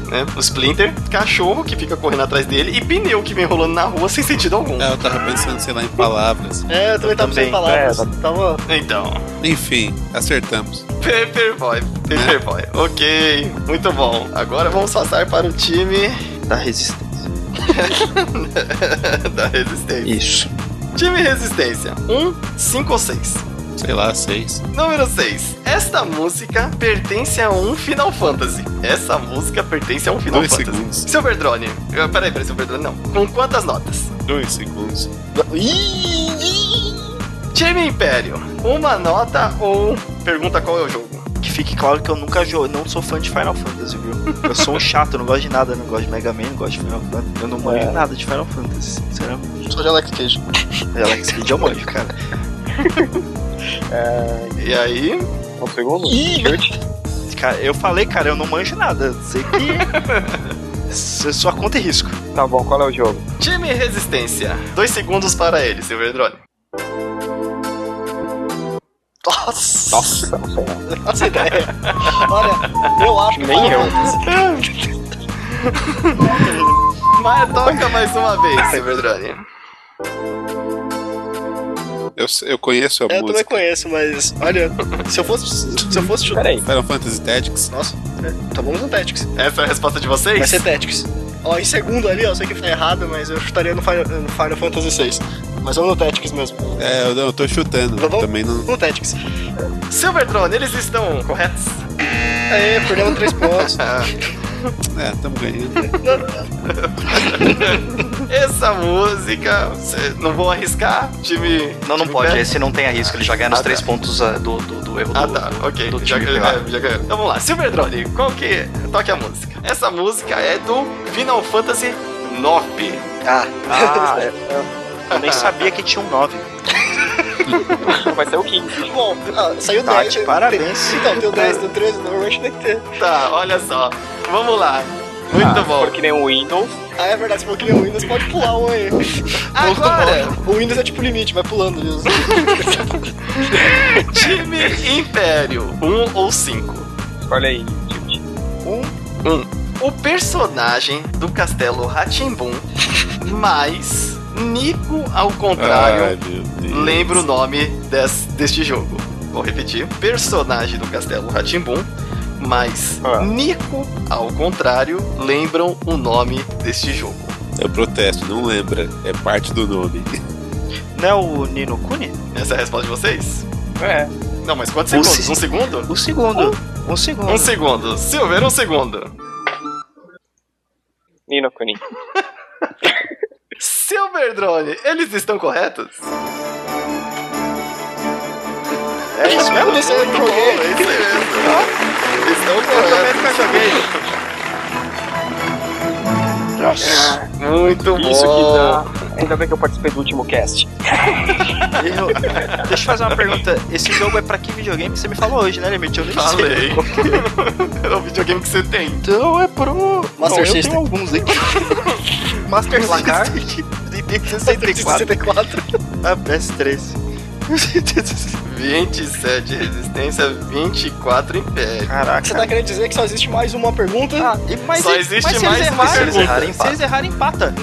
[SPEAKER 1] né? O Splinter, cachorro que fica correndo atrás dele e pneu que vem rolando na rua sem sentido algum.
[SPEAKER 2] Ah, eu tava pensando, sei lá, em palavras.
[SPEAKER 3] é, eu também tava sem
[SPEAKER 5] Também,
[SPEAKER 3] palavras.
[SPEAKER 4] é,
[SPEAKER 3] Tava...
[SPEAKER 1] Então,
[SPEAKER 2] Enfim, acertamos.
[SPEAKER 1] Paperboy, Paperboy. Ok, muito bom. Agora vamos passar para o time
[SPEAKER 5] Da resistência.
[SPEAKER 1] da Resistência.
[SPEAKER 5] Isso.
[SPEAKER 1] Time Resistência. 1, 5 ou 6.
[SPEAKER 2] Sei lá, seis.
[SPEAKER 1] Número 6. Esta música pertence a um Final Fantasy. Essa música pertence a um Final
[SPEAKER 2] Dois
[SPEAKER 1] Fantasy.
[SPEAKER 2] segundos.
[SPEAKER 1] Silver Drone. Eh, Peraí, peraí, Silver Drone, não. Com quantas notas?
[SPEAKER 2] Dois segundos.
[SPEAKER 1] Time Império. Uma nota ou pergunta qual é o jogo?
[SPEAKER 5] Que fique claro que eu nunca jogo, não sou fã de Final Fantasy, viu? Eu sou um chato, eu não gosto de nada, eu não gosto de Mega Man, não gosto de Final Fantasy. Eu não manjo
[SPEAKER 4] É.
[SPEAKER 5] nada de Final Fantasy, sinceramente.
[SPEAKER 3] Só de Alex Cage.
[SPEAKER 5] Alex Kidd eu manjo, cara.
[SPEAKER 1] E aí?
[SPEAKER 4] Um segundo?
[SPEAKER 5] Cara, Eu falei, cara, eu não manjo nada. eu Sei que. Isso é Só conta e risco.
[SPEAKER 4] Tá bom, qual é o jogo?
[SPEAKER 1] Time Resistência. Dois segundos para ele, Silver Drone.
[SPEAKER 3] Nossa!
[SPEAKER 2] Nossa, não sei não.
[SPEAKER 3] Nossa ideia. Olha, eu acho que Nem eu.
[SPEAKER 1] Mas toca mais uma vez, Cyberdrone.
[SPEAKER 2] Eu, É, eu conheço a
[SPEAKER 3] Eu também
[SPEAKER 2] música.
[SPEAKER 3] conheço, mas olha, se eu fosse. Se eu fosse chutar.
[SPEAKER 4] Peraí.
[SPEAKER 2] Final Fantasy Tactics.
[SPEAKER 3] Nossa, é, tá bom no Tactics.
[SPEAKER 1] Essa é a resposta de
[SPEAKER 3] Vai
[SPEAKER 1] vocês?
[SPEAKER 3] ser Tactics. Ó, em segundo ali, ó, sei que tá errado, mas eu chutaria no Final, no Final Fantasy VI. Mas vamos no Tactics mesmo.
[SPEAKER 2] É, eu, não, eu tô chutando.
[SPEAKER 3] Tá bom.
[SPEAKER 2] Também não.
[SPEAKER 3] No Tactics.
[SPEAKER 1] Silverdrone, eles estão corretos?
[SPEAKER 3] Aê, perdemos três pontos. Ah,
[SPEAKER 2] É, tamo ganhando.
[SPEAKER 1] Essa música, cê- não vou arriscar, time.
[SPEAKER 11] Não, não
[SPEAKER 1] time
[SPEAKER 11] pode. é
[SPEAKER 1] pé?
[SPEAKER 11] Esse não tem arrisco. Ele já ganha nos
[SPEAKER 1] Ah,
[SPEAKER 11] três
[SPEAKER 1] tá.
[SPEAKER 11] pontos ah, do, do, do erro
[SPEAKER 1] Ah
[SPEAKER 11] do,
[SPEAKER 1] tá, ok.
[SPEAKER 11] do
[SPEAKER 1] Já
[SPEAKER 11] time
[SPEAKER 1] ganhei,
[SPEAKER 11] lá.
[SPEAKER 1] já ganhei. Então vamos lá, Silverdrone, qual que. é? Toque a música. Essa música é do Final Fantasy IX.
[SPEAKER 5] Ah,
[SPEAKER 4] Ah,
[SPEAKER 5] eu nem sabia que tinha um 9.
[SPEAKER 4] vai ser o 15.
[SPEAKER 3] bom, ah, saiu
[SPEAKER 5] Tá,
[SPEAKER 3] 10.
[SPEAKER 5] de parabéns.
[SPEAKER 3] Então, tem o 10, tem o 13, normalmente tem que ter.
[SPEAKER 1] Tá, olha só. Vamos lá.
[SPEAKER 4] Ah,
[SPEAKER 1] Muito bom.
[SPEAKER 4] Porque nem o Windows.
[SPEAKER 3] Ah, é verdade, se for que nem o Windows, pode pular um aí.
[SPEAKER 1] Agora,
[SPEAKER 3] O Windows é tipo limite, vai pulando. Deus.
[SPEAKER 1] time Império, 1 ou 5.
[SPEAKER 4] Olha aí, Timothy.
[SPEAKER 1] um. O personagem do castelo Ratimbum, mais Nico ao contrário,
[SPEAKER 4] Ah,
[SPEAKER 2] Ai, meu Deus.
[SPEAKER 1] lembra o nome des- deste jogo. Vou repetir. Personagem do castelo Ratimbum, mais
[SPEAKER 4] Ah.
[SPEAKER 1] Nico ao contrário, lembram o nome deste jogo.
[SPEAKER 2] Eu protesto, não lembra. É parte do nome.
[SPEAKER 5] Não é o Nino Kuni?
[SPEAKER 1] Essa é a resposta de vocês?
[SPEAKER 4] É.
[SPEAKER 1] Não, mas quantos
[SPEAKER 5] Um
[SPEAKER 1] segundos?
[SPEAKER 5] se-
[SPEAKER 1] Um segundo?
[SPEAKER 5] O segundo. Um segundo.
[SPEAKER 1] Um segundo. Silver, um segundo.
[SPEAKER 4] Nino Kuni.
[SPEAKER 1] Silver Drone, eles estão corretos?
[SPEAKER 3] É isso mesmo? Isso aí eu joguei.
[SPEAKER 1] É isso mesmo. Estão corretos. Muito bom.
[SPEAKER 4] Isso que dá. Ainda bem que eu participei do último cast.
[SPEAKER 5] Eu- Deixa eu fazer uma pergunta. Esse jogo é pra que videogame? Você me falou hoje, né, Limite? Eu nem
[SPEAKER 1] Falei.
[SPEAKER 5] sei.
[SPEAKER 1] é o videogame que você tem.
[SPEAKER 5] Então é pro.
[SPEAKER 3] Master
[SPEAKER 5] Não, eu
[SPEAKER 3] System.
[SPEAKER 5] tenho alguns aqui. Master
[SPEAKER 11] Placar?
[SPEAKER 5] System. Nintendo 64.
[SPEAKER 3] 64.
[SPEAKER 5] Ah, PS3.
[SPEAKER 1] 27 resistência, 24 império.
[SPEAKER 3] Você
[SPEAKER 5] Caraca.
[SPEAKER 3] tá querendo dizer que só existe mais uma pergunta?
[SPEAKER 5] Ah, e- mas,
[SPEAKER 1] Só
[SPEAKER 5] e-
[SPEAKER 1] existe
[SPEAKER 5] mas se
[SPEAKER 1] mais
[SPEAKER 5] eles
[SPEAKER 1] do que se eles
[SPEAKER 5] errarem,
[SPEAKER 11] errarem,
[SPEAKER 5] se eles errarem, empata.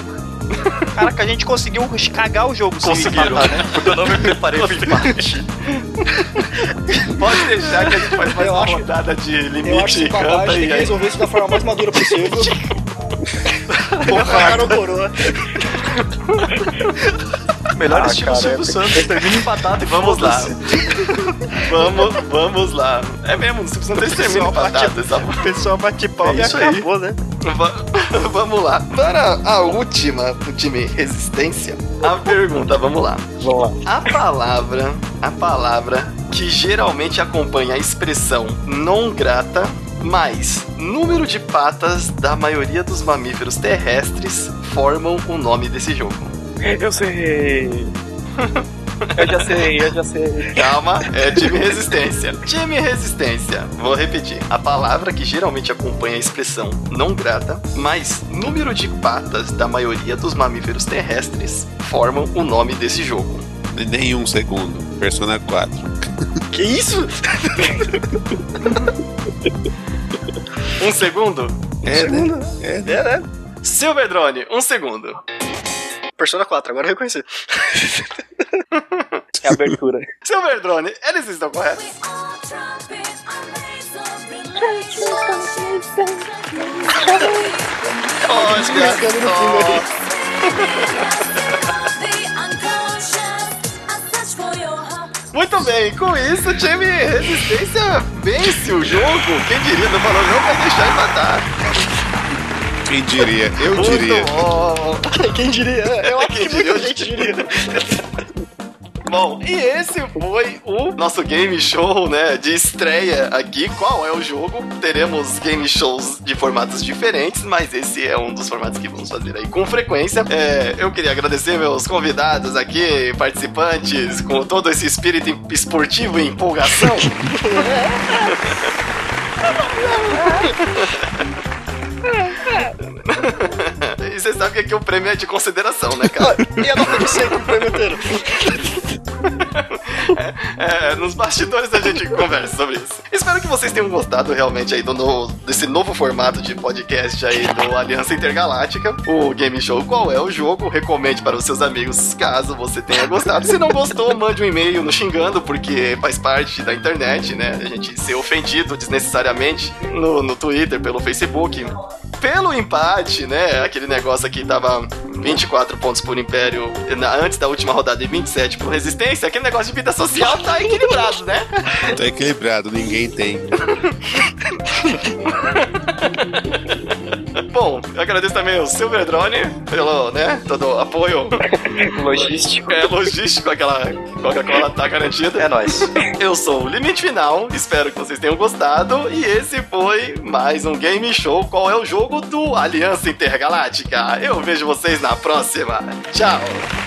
[SPEAKER 5] Caraca, a gente conseguiu cagar o jogo. se
[SPEAKER 1] Conseguiram.
[SPEAKER 5] empatar, né?
[SPEAKER 11] Porque eu não me preparei pro empate.
[SPEAKER 1] Pode deixar que a gente faz mais
[SPEAKER 3] Eu
[SPEAKER 1] uma
[SPEAKER 3] acho-
[SPEAKER 1] rodada de
[SPEAKER 3] Eu acho
[SPEAKER 1] limite
[SPEAKER 3] que
[SPEAKER 1] e canta
[SPEAKER 3] babagem tem
[SPEAKER 1] e
[SPEAKER 3] que
[SPEAKER 1] aí. é
[SPEAKER 3] resolver isso da forma mais madura possível. Porra, não coroa.
[SPEAKER 5] Melhor
[SPEAKER 4] Ah,
[SPEAKER 5] estilo
[SPEAKER 4] cara,
[SPEAKER 5] Silvio Santos. Termina empatado e
[SPEAKER 1] Vamos lá.
[SPEAKER 5] foda-se.
[SPEAKER 1] Vamos, vamos lá. É mesmo, não precisa ter terminado
[SPEAKER 5] Pessoal,
[SPEAKER 1] empatado. essa
[SPEAKER 5] O pessoal bate pau
[SPEAKER 1] É
[SPEAKER 5] e
[SPEAKER 1] isso aí.
[SPEAKER 5] acabou, né?
[SPEAKER 1] Va- vamos lá. Para a última do time Resistência, a pergunta, vamos lá.
[SPEAKER 4] Vamos lá.
[SPEAKER 1] A palavra, a palavra que geralmente acompanha a expressão não grata, mais número de patas da maioria dos mamíferos terrestres formam o nome desse jogo.
[SPEAKER 4] Eu sei. Eu já sei, eu já sei.
[SPEAKER 1] Calma, é time resistência. Time resistência. Vou repetir. A palavra que geralmente acompanha a expressão não grata, mas número de patas da maioria dos mamíferos terrestres formam o nome desse jogo.
[SPEAKER 2] Nenhum um segundo. Persona 4.
[SPEAKER 3] Que isso?
[SPEAKER 1] Um segundo?
[SPEAKER 2] É, né?
[SPEAKER 3] É, né?
[SPEAKER 1] Silver Drone, um segundo.
[SPEAKER 3] Persona 4, agora eu reconheci.
[SPEAKER 4] É a abertura.
[SPEAKER 1] Silver Drone, eles estão corretos? Olha só. Muito bem, com isso o time Resistência vence o jogo. Quem diria, não falou, não vai deixar empatar.
[SPEAKER 2] Quem diria? Eu
[SPEAKER 1] Muito
[SPEAKER 2] diria.
[SPEAKER 1] bom.
[SPEAKER 3] Quem diria? Eu acho que muita gente diria.
[SPEAKER 1] Bom, e esse foi o nosso game show, né, de estreia aqui. Qual é o jogo? Teremos game shows de formatos diferentes, mas esse é um dos formatos que vamos fazer aí com frequência. É, eu queria agradecer meus convidados aqui, participantes, com todo esse espírito em- esportivo e empolgação. e você sabe que aqui o prêmio é de consideração, né, cara?
[SPEAKER 3] E a nota de 100 pro prêmio inteiro?
[SPEAKER 1] É, é, nos bastidores a gente conversa sobre isso. Espero que vocês tenham gostado realmente aí do no- desse novo formato de podcast aí do Aliança Intergaláctica, o Game Show Qual é o Jogo. Recomende para os seus amigos caso você tenha gostado. Se não gostou, mande um e-mail nos xingando, porque faz parte da internet, né? A gente ser ofendido desnecessariamente no, no Twitter, pelo Facebook. Pelo empate, né? Aquele negócio aqui tava 24 pontos por Império na- antes da última rodada e 27 por Resistência. Aquele negócio de vida social tá equilibrado, né?
[SPEAKER 2] Tá equilibrado, ninguém tem.
[SPEAKER 1] Bom, eu agradeço também ao Silver Drone pelo, né, todo o apoio
[SPEAKER 4] Logístico.
[SPEAKER 1] é, logístico, aquela Coca-Cola tá garantida.
[SPEAKER 11] É nóis.
[SPEAKER 1] Eu sou o Limite Final, espero que vocês tenham gostado, e esse foi mais um Game Show Qual é o Jogo do Aliança Intergaláctica. Eu vejo vocês na próxima. Tchau!